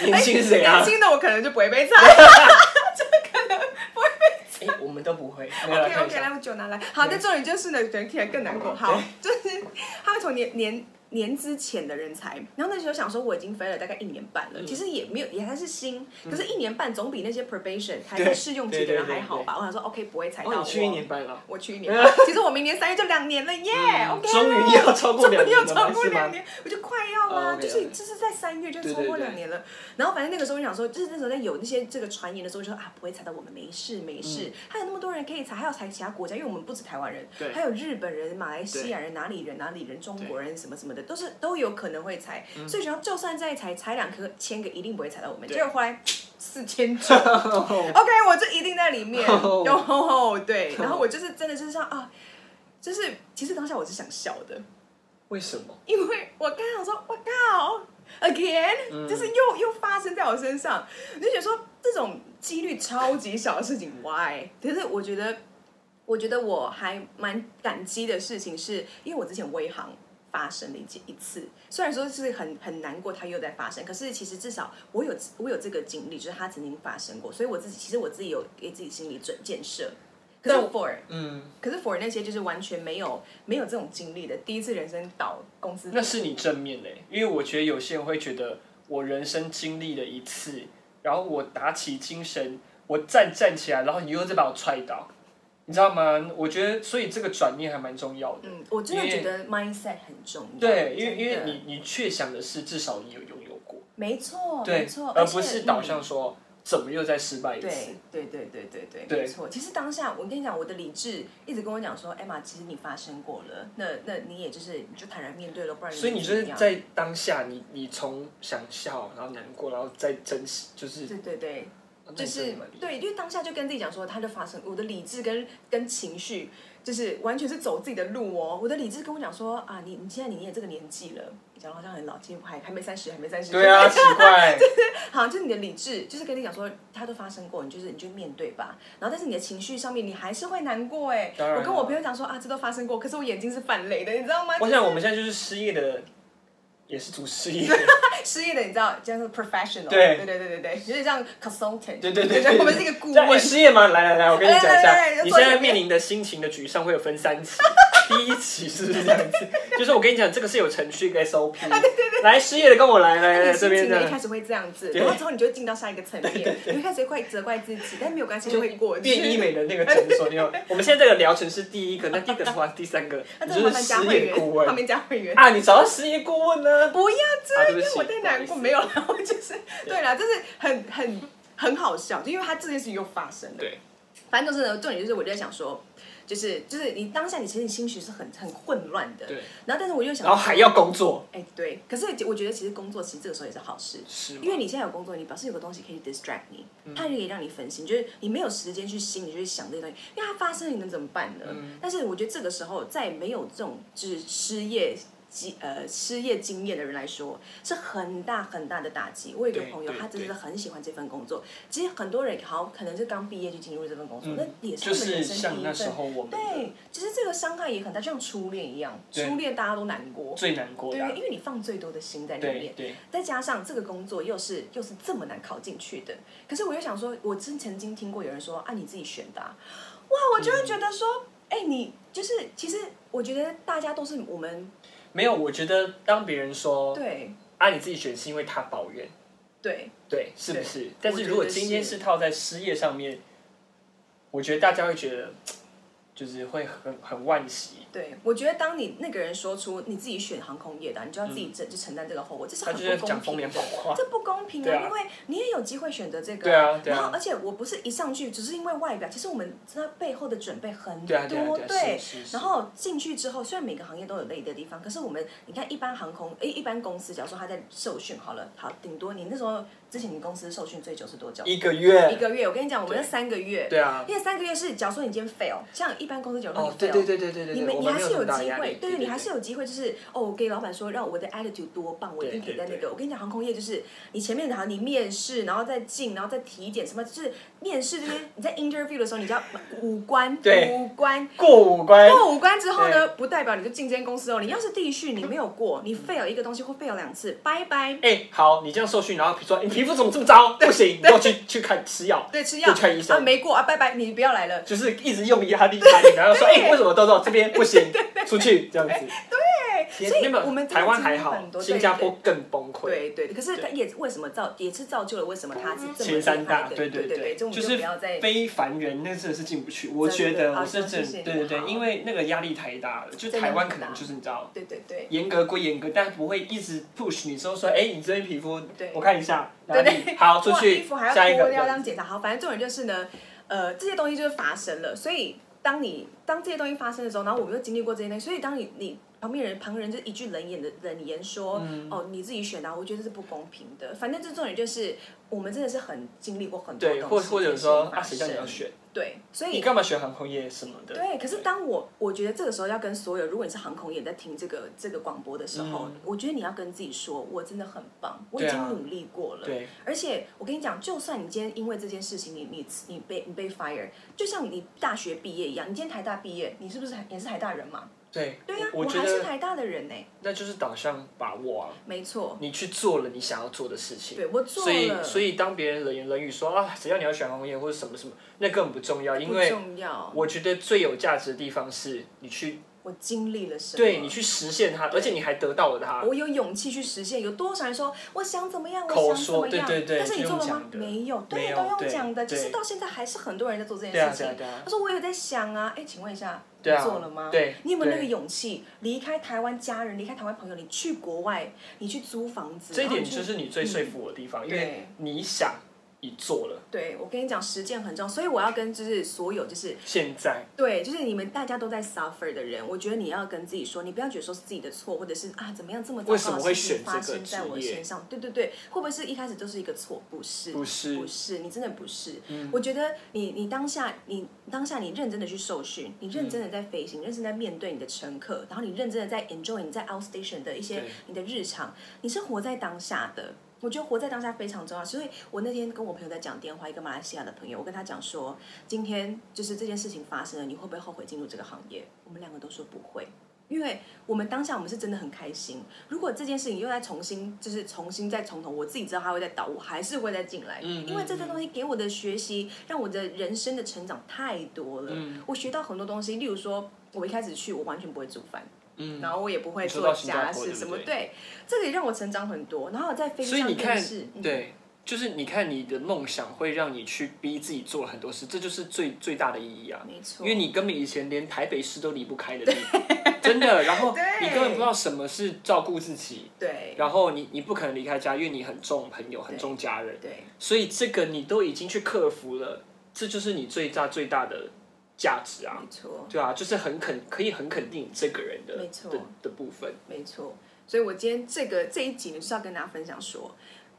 Speaker 1: 对，年轻是谁啊
Speaker 2: 年？轻的我可能就不会被裁。
Speaker 1: 哎，我们都不会，没有来
Speaker 2: OK
Speaker 1: 看一
Speaker 2: OK，来
Speaker 1: 下，
Speaker 2: 我酒拿来。好，
Speaker 1: 对
Speaker 2: 那重点就是呢，整体更难过。好，就是他们从年年年资浅的人才，然后那时候想说我已经飞了大概一年半了，
Speaker 1: 嗯
Speaker 2: 其实也没有，也还是新，可是一年半总比那些 probation 还在试用期的人还好吧？我想说 OK，不会裁到
Speaker 1: 哦，
Speaker 2: 我。
Speaker 1: 你去一年半了，
Speaker 2: 我去一 年，其实我明年三月就两年了耶，OK
Speaker 1: 嗯终
Speaker 2: 了
Speaker 1: 于要超过
Speaker 2: 终于
Speaker 1: 两年
Speaker 2: 要
Speaker 1: 了，
Speaker 2: 超过
Speaker 1: 是吗
Speaker 2: 两？年，我就快要啦，
Speaker 1: 哦，OK，OK
Speaker 2: 就是就是在三月就超过两年了。然后反正那个时候我想说，就是那时候在有那些这个传言的时候，就说啊不会裁到我们，没事没事，还有那么多人可以裁，还有裁其他国家，因为我们不止台湾人，
Speaker 1: 嗯对
Speaker 2: 还有日本人、马来西亚人、哪里人哪里人、中国人什么什么的，都是都有可能会裁。
Speaker 1: 嗯
Speaker 2: 所以只要就算再裁裁两颗千个，一定不会裁到我们。
Speaker 1: 对
Speaker 2: 结果后来四 千九 ，OK，我就一定在里面。
Speaker 1: 哦
Speaker 2: 然后对，然后
Speaker 1: Oh
Speaker 2: 我就是真的就是像啊，就是其实当下我是想笑的。
Speaker 1: 为什么？
Speaker 2: 因为我刚想说，我靠，again，、就是又又发生在我身上，我就觉得说这种几率超级小的事情，why？可是我觉得，我觉得我还蛮感激的事情是，因为我之前微航。发生了一件一次，虽然说是很很难过，它又在发生，可是其实至少我有我有这个经历，就是它曾经发生过，所以我自己其实我自己有给自己心理准建设。可是
Speaker 1: 但
Speaker 2: for
Speaker 1: 嗯，
Speaker 2: 可是 for 那些就是完全没有没有这种经历的，第一次人生倒公司
Speaker 1: 那是你正面嘞，因为我觉得有些人会觉得我人生经历了一次，然后我打起精神，我站站起来，然后你又再把我踹倒，你知道吗？我觉得所以这个转念还蛮重要的。
Speaker 2: 嗯，我真的觉得 mindset 很重要。
Speaker 1: 对，因为因
Speaker 2: 真
Speaker 1: 为
Speaker 2: 的
Speaker 1: 你你却想的是至少你有拥有过，
Speaker 2: 没错，
Speaker 1: 对
Speaker 2: 哦没错，，
Speaker 1: 而
Speaker 2: 且嗯
Speaker 1: 不是导向说怎么又再失败一次
Speaker 2: 对。对对对对对，
Speaker 1: 对
Speaker 2: 没错。其实当下我跟你讲，我的理智一直跟我讲说，Emma，其实你发生过了，那那你也就是你就坦然面对了，不然
Speaker 1: 所以你
Speaker 2: 你
Speaker 1: 就是
Speaker 2: 怎么样
Speaker 1: 在当下，你你从想笑，然后难过，然后再珍惜，就是
Speaker 2: 对对对，
Speaker 1: 啊那你
Speaker 2: 就
Speaker 1: 真
Speaker 2: 是
Speaker 1: 的蛮厉害
Speaker 2: 对，因为当下就跟自己讲说，它就发生，我的理智跟跟情绪就是完全是走自己的路哦。我的理智跟我讲说啊，你你现在你也这个年纪了，你讲得好像很老，其实还还没三十，还没三十，
Speaker 1: 对啊，奇 怪，
Speaker 2: 好，就是你的理智，就是跟你讲说，它都发生过，你就是你就面对吧。然后，但是你的情绪上面，你还是会难过哎。
Speaker 1: 当然啊
Speaker 2: 我跟我朋友讲说啊，这都发生过，可是我眼睛是泛泪的，你知道吗？
Speaker 1: 我想我们现在就是失业的，也是主失业，
Speaker 2: 失业的，你知道，这样是 professional，
Speaker 1: 对
Speaker 2: 对对对对对，有点像 consultant，
Speaker 1: 对对对
Speaker 2: 对，我们是一个 顾
Speaker 1: 在
Speaker 2: 问。
Speaker 1: 失业吗？来来来，我跟你讲一
Speaker 2: 来来来
Speaker 1: 下，
Speaker 2: 来
Speaker 1: 你现
Speaker 2: 坐这边
Speaker 1: 在面临的心情的沮丧会有分三 期，第一期是不是这样子？就是我跟你讲，这个是有程序跟 SOP，来
Speaker 2: 啊
Speaker 1: 失业的跟我来来来
Speaker 2: 你
Speaker 1: 哎这
Speaker 2: 心
Speaker 1: 边
Speaker 2: 情
Speaker 1: 这
Speaker 2: 呢一开
Speaker 1: 样。
Speaker 2: 始会这样子，
Speaker 1: 对
Speaker 2: 然后之后你就进到下一个层面，你会开始会责怪自己，但没有关系，就会过去。
Speaker 1: 变医美的那 个诊所，你有？我们现在这个疗程是第一个，那第一个的话，第三个，
Speaker 2: 那
Speaker 1: 你
Speaker 2: 真的
Speaker 1: 就
Speaker 2: 慢
Speaker 1: 是
Speaker 2: 慢加
Speaker 1: 失
Speaker 2: 会
Speaker 1: 业
Speaker 2: 员，
Speaker 1: 顾
Speaker 2: 旁
Speaker 1: 问
Speaker 2: 边加会员。
Speaker 1: 啊！你找到失业顾问呢？
Speaker 2: 不要
Speaker 1: 啊对
Speaker 2: 这样，
Speaker 1: 不
Speaker 2: 因
Speaker 1: 起
Speaker 2: 为我太难
Speaker 1: 不好意思
Speaker 2: 过，没有啦，我就是对啦，就是很很很好笑，就因为他这件事情又发生了。
Speaker 1: 对，
Speaker 2: 反正就是呢重点就是我就在想说，就是就是你当下你其实你心绪是很很混乱的，
Speaker 1: 对。
Speaker 2: 然后但是我又想，
Speaker 1: 然后还要工作，
Speaker 2: 哎、对，可是我觉得其实工作其实这个时候也是好事，
Speaker 1: 是嗯
Speaker 2: 因为你现在有工作，你表示有个东西可以 distract 你，它就可以让你分心，就是你没有时间去心里去想这些东西，
Speaker 1: 嗯
Speaker 2: 因为它发生了你能怎么办呢？但是我觉得这个时候在没有这种就是失业经呃失业经验的人来说，是很大很大的打击。我有一个
Speaker 1: 对
Speaker 2: 朋友，
Speaker 1: 对
Speaker 2: 他真
Speaker 1: 对
Speaker 2: 的很喜欢这份工作。其实很多人好可能是刚毕业就进入这份工作，那也是
Speaker 1: 嗯就
Speaker 2: 我们
Speaker 1: 是
Speaker 2: 人生第
Speaker 1: 像
Speaker 2: 一
Speaker 1: 那
Speaker 2: 份。
Speaker 1: 时候我们的
Speaker 2: 对，其实这个伤害也很大，就像初恋一样，初恋大家都难过，
Speaker 1: 最难过
Speaker 2: 对，
Speaker 1: 的啊、
Speaker 2: 因为你放最多的心在里
Speaker 1: 对
Speaker 2: 面，
Speaker 1: 对，
Speaker 2: 再加上这个工作又是又是这么难考进去的，可是我又想说，我真曾经听过有人说啊，你自己选的、啊，哇，我就会觉得说，哎、你就是其实我觉得大家都是我们
Speaker 1: 没有，我觉得当别人说
Speaker 2: 对
Speaker 1: 啊你自己选是因为他抱怨，
Speaker 2: 对
Speaker 1: 对，是不
Speaker 2: 对
Speaker 1: 是？但
Speaker 2: 我
Speaker 1: 是
Speaker 2: 觉
Speaker 1: 如果
Speaker 2: 得
Speaker 1: 今天是
Speaker 2: 是
Speaker 1: 套在失业上面，我觉得大家会觉得就是会很很惋惜，
Speaker 2: 对，我觉得当你那个人说出你自己选航空业的啊、你就要自己承、就承担这个后果，这是
Speaker 1: 他
Speaker 2: 很
Speaker 1: 就是
Speaker 2: 不
Speaker 1: 讲
Speaker 2: 公
Speaker 1: 风凉
Speaker 2: 平的。
Speaker 1: 话。
Speaker 2: 这不公平
Speaker 1: 对
Speaker 2: 啊！
Speaker 1: 啊
Speaker 2: 因为你也有机会选择这个，
Speaker 1: 对啊对啊
Speaker 2: 然后而且我不是一上去，只是因为外表，其实我们那背后的准备很
Speaker 1: 对啊对啊
Speaker 2: 多，
Speaker 1: 对啊，是是是
Speaker 2: 然。后进去之后，虽然每个行业都有累的地方，可是我们你看，一般航空诶，一般公司，假如说他在受训好了，好，顶多你那时候之前你公司受训最久是多久？
Speaker 1: 一个月
Speaker 2: 一个月。我跟你讲，我们那
Speaker 1: 对
Speaker 2: 三个月，
Speaker 1: 对啊，
Speaker 2: 因为三个月是假如说你今天 fail，像一般公司假如说
Speaker 1: 哦
Speaker 2: 你，
Speaker 1: 对
Speaker 2: fail，、
Speaker 1: 对对对对对，
Speaker 2: 你
Speaker 1: 对
Speaker 2: 们
Speaker 1: 我
Speaker 2: 你
Speaker 1: 们
Speaker 2: 还
Speaker 1: 没有
Speaker 2: 是有
Speaker 1: 那么大
Speaker 2: 机
Speaker 1: 压力
Speaker 2: 会，对
Speaker 1: 对
Speaker 2: 你还是有机会，就是哦，我给老板说让我的 attitude 多棒，我一定可以在那
Speaker 1: 对对
Speaker 2: 个。我跟你讲，航空业就是你前面好，你面试，然后再进，然后再体检什么，就是面试这些你在 interview 的时候，你就要五官
Speaker 1: 对哎
Speaker 2: 五官。
Speaker 1: 过五关，
Speaker 2: 过五关之后呢，不代表你就进这间公司哦。你要是地序你没有过，
Speaker 1: 嗯
Speaker 2: 你 fail 一个东西或 fail 两次，拜拜。
Speaker 1: 哎，好，你这样受训，然后说你皮肤怎么这么糟，不 行，你要去去看吃药，
Speaker 2: 对，吃药
Speaker 1: 就看医生
Speaker 2: 啊，没过啊，拜拜，你不要来了。
Speaker 1: 就是一直用压力压力，然后说哎，为什么痘痘这边不 行，出去这样子。对
Speaker 2: 哎所以
Speaker 1: 没有
Speaker 2: 我们真的
Speaker 1: 台湾
Speaker 2: 经历
Speaker 1: 还好
Speaker 2: 很，多对
Speaker 1: 新加坡更崩溃。
Speaker 2: 对对，可是它也为什么造，也是造就了为什么它是这么
Speaker 1: 前三大，
Speaker 2: 厉害的对
Speaker 1: 对
Speaker 2: 对
Speaker 1: 对，
Speaker 2: 这我们
Speaker 1: 是
Speaker 2: 不要再
Speaker 1: 非凡人，那真的是进不去。我觉
Speaker 2: 真的
Speaker 1: 得我
Speaker 2: 好
Speaker 1: 是
Speaker 2: 谢谢
Speaker 1: 真，
Speaker 2: 你
Speaker 1: 对对
Speaker 2: 好
Speaker 1: 对，因为那个压力太大了，就
Speaker 2: 真的
Speaker 1: 台湾可
Speaker 2: 很
Speaker 1: 能
Speaker 2: 大
Speaker 1: 就是你知道，
Speaker 2: 对对对。
Speaker 1: 严格归严格，但不会一直 push 你说说，哎、你这边皮肤
Speaker 2: 对，
Speaker 1: 我看一下，哪
Speaker 2: 对
Speaker 1: 里
Speaker 2: 对，
Speaker 1: 好出
Speaker 2: 哇衣
Speaker 1: 去，
Speaker 2: 服还要
Speaker 1: 下一
Speaker 2: 脱
Speaker 1: 个
Speaker 2: 掉
Speaker 1: 这
Speaker 2: 让
Speaker 1: 样
Speaker 2: 检查。好，反正重点就是呢，呃，这些东西就是发生了，所以当你当这些东西发生的时候，然后我们又经历过这些东西，所以当你你旁边人旁人就一句冷言的冷言说，
Speaker 1: 嗯
Speaker 2: 哦，你自己选的啊，我觉得这是不公平的。反正这重点就是我们真的是很经历过很多东西，
Speaker 1: 对，或或者说啊，
Speaker 2: 发
Speaker 1: 谁
Speaker 2: 生
Speaker 1: 叫你要选？
Speaker 2: 对，所以
Speaker 1: 你干嘛选航空业什么的？
Speaker 2: 对，可是当我我觉得这个时候要跟所有，如果你是航空业在听这个这个广播的时候，我觉得你要跟自己说，我真的很棒，我
Speaker 1: 嗯
Speaker 2: 已
Speaker 1: 对
Speaker 2: 经
Speaker 1: 啊
Speaker 2: 努力过了。
Speaker 1: 对
Speaker 2: 而且我跟你讲，就算你今天因为这件事情你，你你被你被 fire，就像你大学毕业一样，你今天台大毕业，你是不是还也是台大人嘛？
Speaker 1: 对
Speaker 2: 对呀、
Speaker 1: 我
Speaker 2: 我
Speaker 1: 我觉
Speaker 2: 还是
Speaker 1: 得
Speaker 2: 台大的人呢、
Speaker 1: 那就是导向把握啊，
Speaker 2: 没错，
Speaker 1: 你去做了你想要做的事情。
Speaker 2: 对我做
Speaker 1: 所以
Speaker 2: 了，
Speaker 1: 所以当别人冷言冷语说啊，谁叫你要选航空业或者什么什么，那根本不重要，因
Speaker 2: 不
Speaker 1: 为
Speaker 2: 重要，
Speaker 1: 我觉得最有价值的地方是你去
Speaker 2: 我经历了什么？
Speaker 1: 对你去实现它，而且你还得到了它。
Speaker 2: 我有勇气去实现。有多少人说我想怎么样，
Speaker 1: 口
Speaker 2: 我想怎么
Speaker 1: 说对
Speaker 2: 样？
Speaker 1: 对对
Speaker 2: 但是你
Speaker 1: 就
Speaker 2: 做
Speaker 1: 用
Speaker 2: 了吗
Speaker 1: 讲？的
Speaker 2: 没有，
Speaker 1: 没
Speaker 2: 对，啊
Speaker 1: 有
Speaker 2: 都用
Speaker 1: 对
Speaker 2: 讲的。其实
Speaker 1: 对
Speaker 2: 到现在还是很多人在做这
Speaker 1: 对啊
Speaker 2: 件事情
Speaker 1: 对啊对啊。
Speaker 2: 他说我有在想啊，哎，请问一下，你
Speaker 1: 对啊
Speaker 2: 做了吗？
Speaker 1: 对
Speaker 2: 你有没有那个
Speaker 1: 对
Speaker 2: 勇气离开台湾家人，离开台湾朋友，你去国外，你去租房子？
Speaker 1: 这一
Speaker 2: 然后
Speaker 1: 点
Speaker 2: 你去嗯
Speaker 1: 就是你最说服我的地方，因为
Speaker 2: 对
Speaker 1: 你想，你做了，
Speaker 2: 对我跟你讲，实践很重要，所以我要跟就是所有就是
Speaker 1: 现在
Speaker 2: 对，就是你们大家都在 suffer 的人，我觉得你要跟自己说，你不要觉得说是自己的错，或者是啊怎么样这么糟
Speaker 1: 为什么
Speaker 2: 糕
Speaker 1: 会
Speaker 2: 的事
Speaker 1: 选
Speaker 2: 情发
Speaker 1: 这个
Speaker 2: 生在
Speaker 1: 职
Speaker 2: 我
Speaker 1: 业
Speaker 2: 身上？对对对，会不会是一开始就是一个错？不是，
Speaker 1: 不是嗯
Speaker 2: 不是，你真的不是。我觉得你你当下你当下你认真的去受训，你认真的在飞行，
Speaker 1: 嗯
Speaker 2: 认真地在面对你的乘客，然后你认真的在 enjoy 你在 outstation 的一些
Speaker 1: 对
Speaker 2: 你的日常，你是活在当下的。我觉得活在当下非常重要，所以我那天跟我朋友在讲电话，一个马来西亚的朋友，我跟他讲说，今天就是这件事情发生了，你会不会后悔进入这个行业？我们两个都说不会，因为我们当下我们是真的很开心。如果这件事情又再重新，就是重新再从头，我自己知道它会再倒，我还是会再进来，
Speaker 1: 嗯嗯
Speaker 2: 因为这个东西给我的学习，让我的人生的成长太多了。
Speaker 1: 嗯
Speaker 2: 我学到很多东西，例如说，我一开始去，我完全不会煮饭。嗯，然后我也不会
Speaker 1: 你说
Speaker 2: 做
Speaker 1: 到新加
Speaker 2: 家
Speaker 1: 坡
Speaker 2: 事
Speaker 1: 对不
Speaker 2: 什么，
Speaker 1: 对
Speaker 2: 对，这个也让我成长很多。然后我在飞机
Speaker 1: 所以
Speaker 2: 上
Speaker 1: 你看
Speaker 2: 认识，嗯，
Speaker 1: 对，就是你看你的梦想会让你去逼自己做很多事，这就是最最大的意义啊。
Speaker 2: 嗯没错
Speaker 1: 因为你根本以前连台北市都离不开的地方，真的。然后
Speaker 2: 对
Speaker 1: 你根本不知道什么是照顾自己，
Speaker 2: 对
Speaker 1: 然后你你不可能离开家，因为你很重朋友，很重家人，
Speaker 2: 对，
Speaker 1: 所以这个你都已经去克服了，这就是你最大最大的价值啊。
Speaker 2: 没错。
Speaker 1: 对啊，就是很肯可以很肯定这个人的
Speaker 2: 没错
Speaker 1: 的的部分。
Speaker 2: 没错，所以我今天这个这一集呢，就是要跟大家分享说，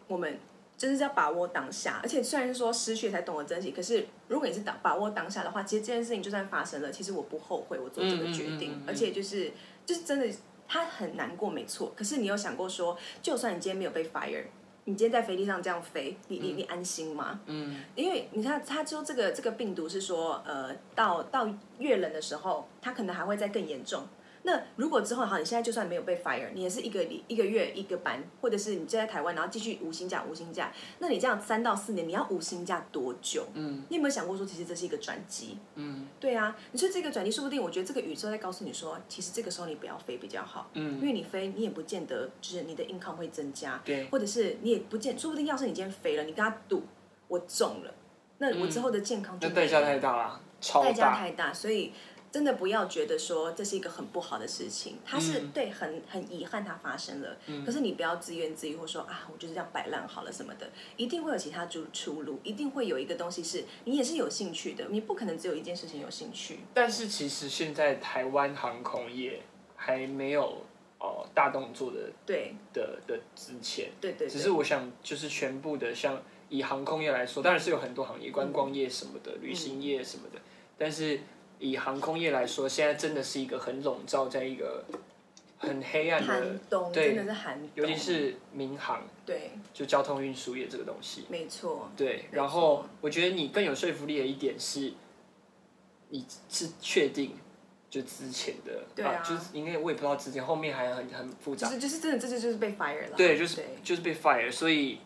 Speaker 2: 我们就是要把握当下。而且虽然说失去才懂得珍惜，可是如果你是把把握当下的话，其实这件事情就算发生了，其实我不后悔我做这个决
Speaker 1: 嗯
Speaker 2: 定，
Speaker 1: 嗯嗯嗯嗯
Speaker 2: 而且就是就是真的他很难过，没错。可是你有想过说，就算你今天没有被 fire，你今天在飞机上这样飞，你你你安心吗？
Speaker 1: 嗯，
Speaker 2: 因为你看，他说这个这个病毒是说，呃，到到越冷的时候，它可能还会再更严重。那如果之后好，你现在就算没有被 fire，你也是一个礼一个月一个班，或者是你就在台湾，然后继续无薪假无薪假，那你这样三到四年，你要无薪假多久？嗯，你有没有想过说，其实这是一个转机？嗯，对啊，你说这个转机，说不定我觉得这个宇宙在告诉你说，其实这个时候你不要飞比较好，嗯，因为你飞你也不见得就是你的 income 会增加，
Speaker 1: 对
Speaker 2: 或者是你也不见，说不定要是你今天飞了，你跟他赌，我中了，那我之后的健康
Speaker 1: 嗯
Speaker 2: 就
Speaker 1: 那
Speaker 2: 没
Speaker 1: 代价
Speaker 2: 了
Speaker 1: 太大了，超
Speaker 2: 代价
Speaker 1: 大。
Speaker 2: 太大，所以真的不要觉得说这是一个很不好的事情，它是、
Speaker 1: 嗯
Speaker 2: 对很很遗憾它发生了，可是你不要自怨自艾或说啊我就是这样摆烂好了什么的，一定会有其他出出路，一定会有一个东西是你也是有兴趣的，你不可能只有一件事情有兴趣，
Speaker 1: 但是其实现在台湾航空业还没有哦大动作的
Speaker 2: 对
Speaker 1: 的的之前，
Speaker 2: 对对
Speaker 1: 只
Speaker 2: 对，
Speaker 1: 是我想就是全部的像以航空业来说，当然是有很多行业，观光业什么的，旅行业什么
Speaker 2: 嗯
Speaker 1: 的，但是以航空业来说，现在真的是一个很笼罩在一个很黑暗的
Speaker 2: 寒，冬
Speaker 1: 对
Speaker 2: 真的是寒冬，
Speaker 1: 尤其是民航
Speaker 2: 对，
Speaker 1: 就交通运输业这个东西。
Speaker 2: 没错，
Speaker 1: 对，
Speaker 2: 没
Speaker 1: 然后我觉得你更有说服力的一点是，你是确定就之前的，
Speaker 2: 对啊
Speaker 1: 就是因为我也不知道之前后面还很很复
Speaker 2: 就
Speaker 1: 杂，
Speaker 2: 是就是真的这就就是被 fire 了，
Speaker 1: 对，就是
Speaker 2: 对
Speaker 1: 就是被 fire，所以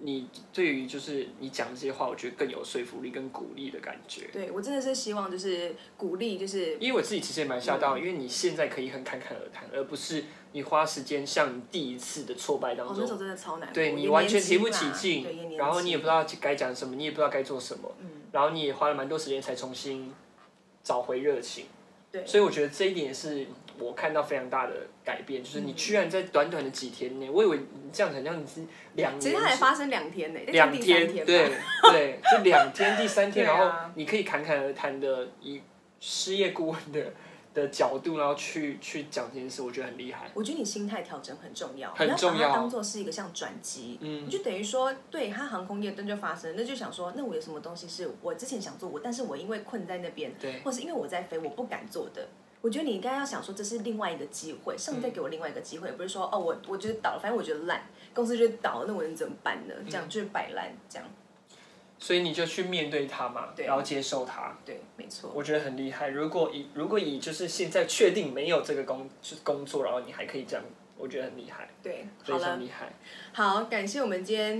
Speaker 1: 你对于就是你讲这些话，我觉得更有说服力跟鼓励的感觉。
Speaker 2: 对我真的是希望就是鼓励就是嗯
Speaker 1: 因为我自己其实也蛮吓到，因为你现在可以很侃侃而谈，而不是你花时间像你第一次的挫败当
Speaker 2: 哦，
Speaker 1: 中
Speaker 2: 那时候真的超难过，
Speaker 1: 对
Speaker 2: 也
Speaker 1: 你
Speaker 2: 年
Speaker 1: 完全
Speaker 2: 轻
Speaker 1: 提不
Speaker 2: 嘛
Speaker 1: 起
Speaker 2: 对也
Speaker 1: 劲，
Speaker 2: 年嗯
Speaker 1: 然后你也
Speaker 2: 轻
Speaker 1: 不知道该讲什么，你也不知道该做什么，然后你也花了蛮多时间才重新找回热情。
Speaker 2: 对
Speaker 1: 所以我觉得这一点也是我看到非常大的改变，就是
Speaker 2: 嗯
Speaker 1: 你居然在短短的几天内，我以为你这样很像你是两
Speaker 2: 其
Speaker 1: 年
Speaker 2: 实它才发生两天呢、那
Speaker 1: 两
Speaker 2: 第三
Speaker 1: 天，
Speaker 2: 天吧
Speaker 1: 对对，就两天，第三天，
Speaker 2: 对啊
Speaker 1: 然后你可以侃侃而谈的以失业顾问的的角度，然后去去讲这件事，我觉得很厉害。
Speaker 2: 我觉得你心态调整很重要，
Speaker 1: 很重
Speaker 2: 你要
Speaker 1: 要
Speaker 2: 把它当做是一个像转机，嗯，你就等于说，对它航空业那就发生，那就想说，那我有什么东西是我之前想做，我但是我因为困在那边，
Speaker 1: 对，
Speaker 2: 或是因为我在飞，我不敢做的。我觉得你应该要想说，这是另外一个机会，上
Speaker 1: 嗯
Speaker 2: 帝再给我另外一个机会，不是说哦，我我觉得倒了，反正我觉得烂，公司觉得倒了，那我能怎么办呢？
Speaker 1: 嗯
Speaker 2: 这样、就是摆烂，这样
Speaker 1: 所以你就去面对它嘛，
Speaker 2: 对
Speaker 1: 然后接受它。
Speaker 2: 对，没错。
Speaker 1: 我觉得很厉害。如果以如果以就是现在确定没有这个工就是工作，然后你还可以这样，我觉得很厉害，
Speaker 2: 对，
Speaker 1: 非
Speaker 2: 好了
Speaker 1: 常，厉害。
Speaker 2: 好，感谢我们今天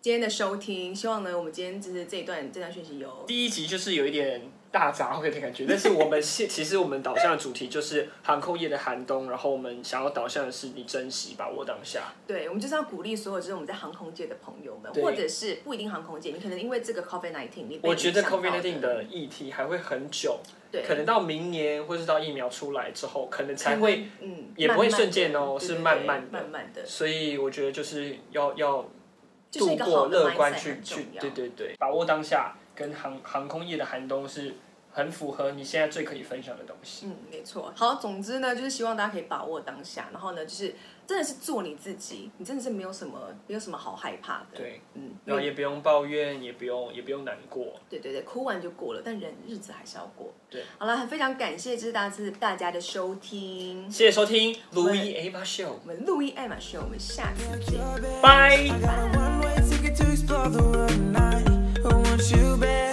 Speaker 2: 今天的收听，希望呢，我们今天就是这一段这段讯息有
Speaker 1: 第一集就是有一点大杂烩的感觉，但是我们现其实我们导向的主题就是航空业的寒冬，然后我们想要导向的是你珍惜把握当下。
Speaker 2: 对，我们就是要鼓励所有就是我们在航空界的朋友们，
Speaker 1: 啊对
Speaker 2: 或者是不一定航空界，你可能因为这个 COVID nineteen，你被
Speaker 1: 我觉得
Speaker 2: 影响到
Speaker 1: COVID 19的议题还会很久，
Speaker 2: 对
Speaker 1: 可能到明年或是到疫苗出来之后，可能才会。
Speaker 2: 嗯，
Speaker 1: 也不会瞬间哦
Speaker 2: 慢慢地
Speaker 1: 是慢慢
Speaker 2: 对对
Speaker 1: 的
Speaker 2: 对慢慢的，
Speaker 1: 所以我觉得就是要要
Speaker 2: 就是
Speaker 1: 度
Speaker 2: 一个
Speaker 1: 过
Speaker 2: 好的
Speaker 1: 乐观
Speaker 2: mindset
Speaker 1: 去
Speaker 2: 很重
Speaker 1: 去，
Speaker 2: 要
Speaker 1: 对对对，把握当下跟航航空业的寒冬是很符合你现在最可以分享的东西。
Speaker 2: 嗯，没错。好，总之呢，就是希望大家可以把握当下，然后呢，就是真的是做你自己，你真的是没有什么没有什么好害怕的。，
Speaker 1: 对，
Speaker 2: 嗯，
Speaker 1: 然后也不用抱怨，也不用也不用难过。
Speaker 2: 对对对，哭完就过了，但人日子还是要过。
Speaker 1: 对，
Speaker 2: 好了，非常感谢就是大家大家的收听，
Speaker 1: 谢谢收听《路易 A 八秀
Speaker 2: 我们路易艾玛秀，我们下次见。》，
Speaker 1: 拜。
Speaker 3: I got a one way ticket to explore the world tonight. I want you back.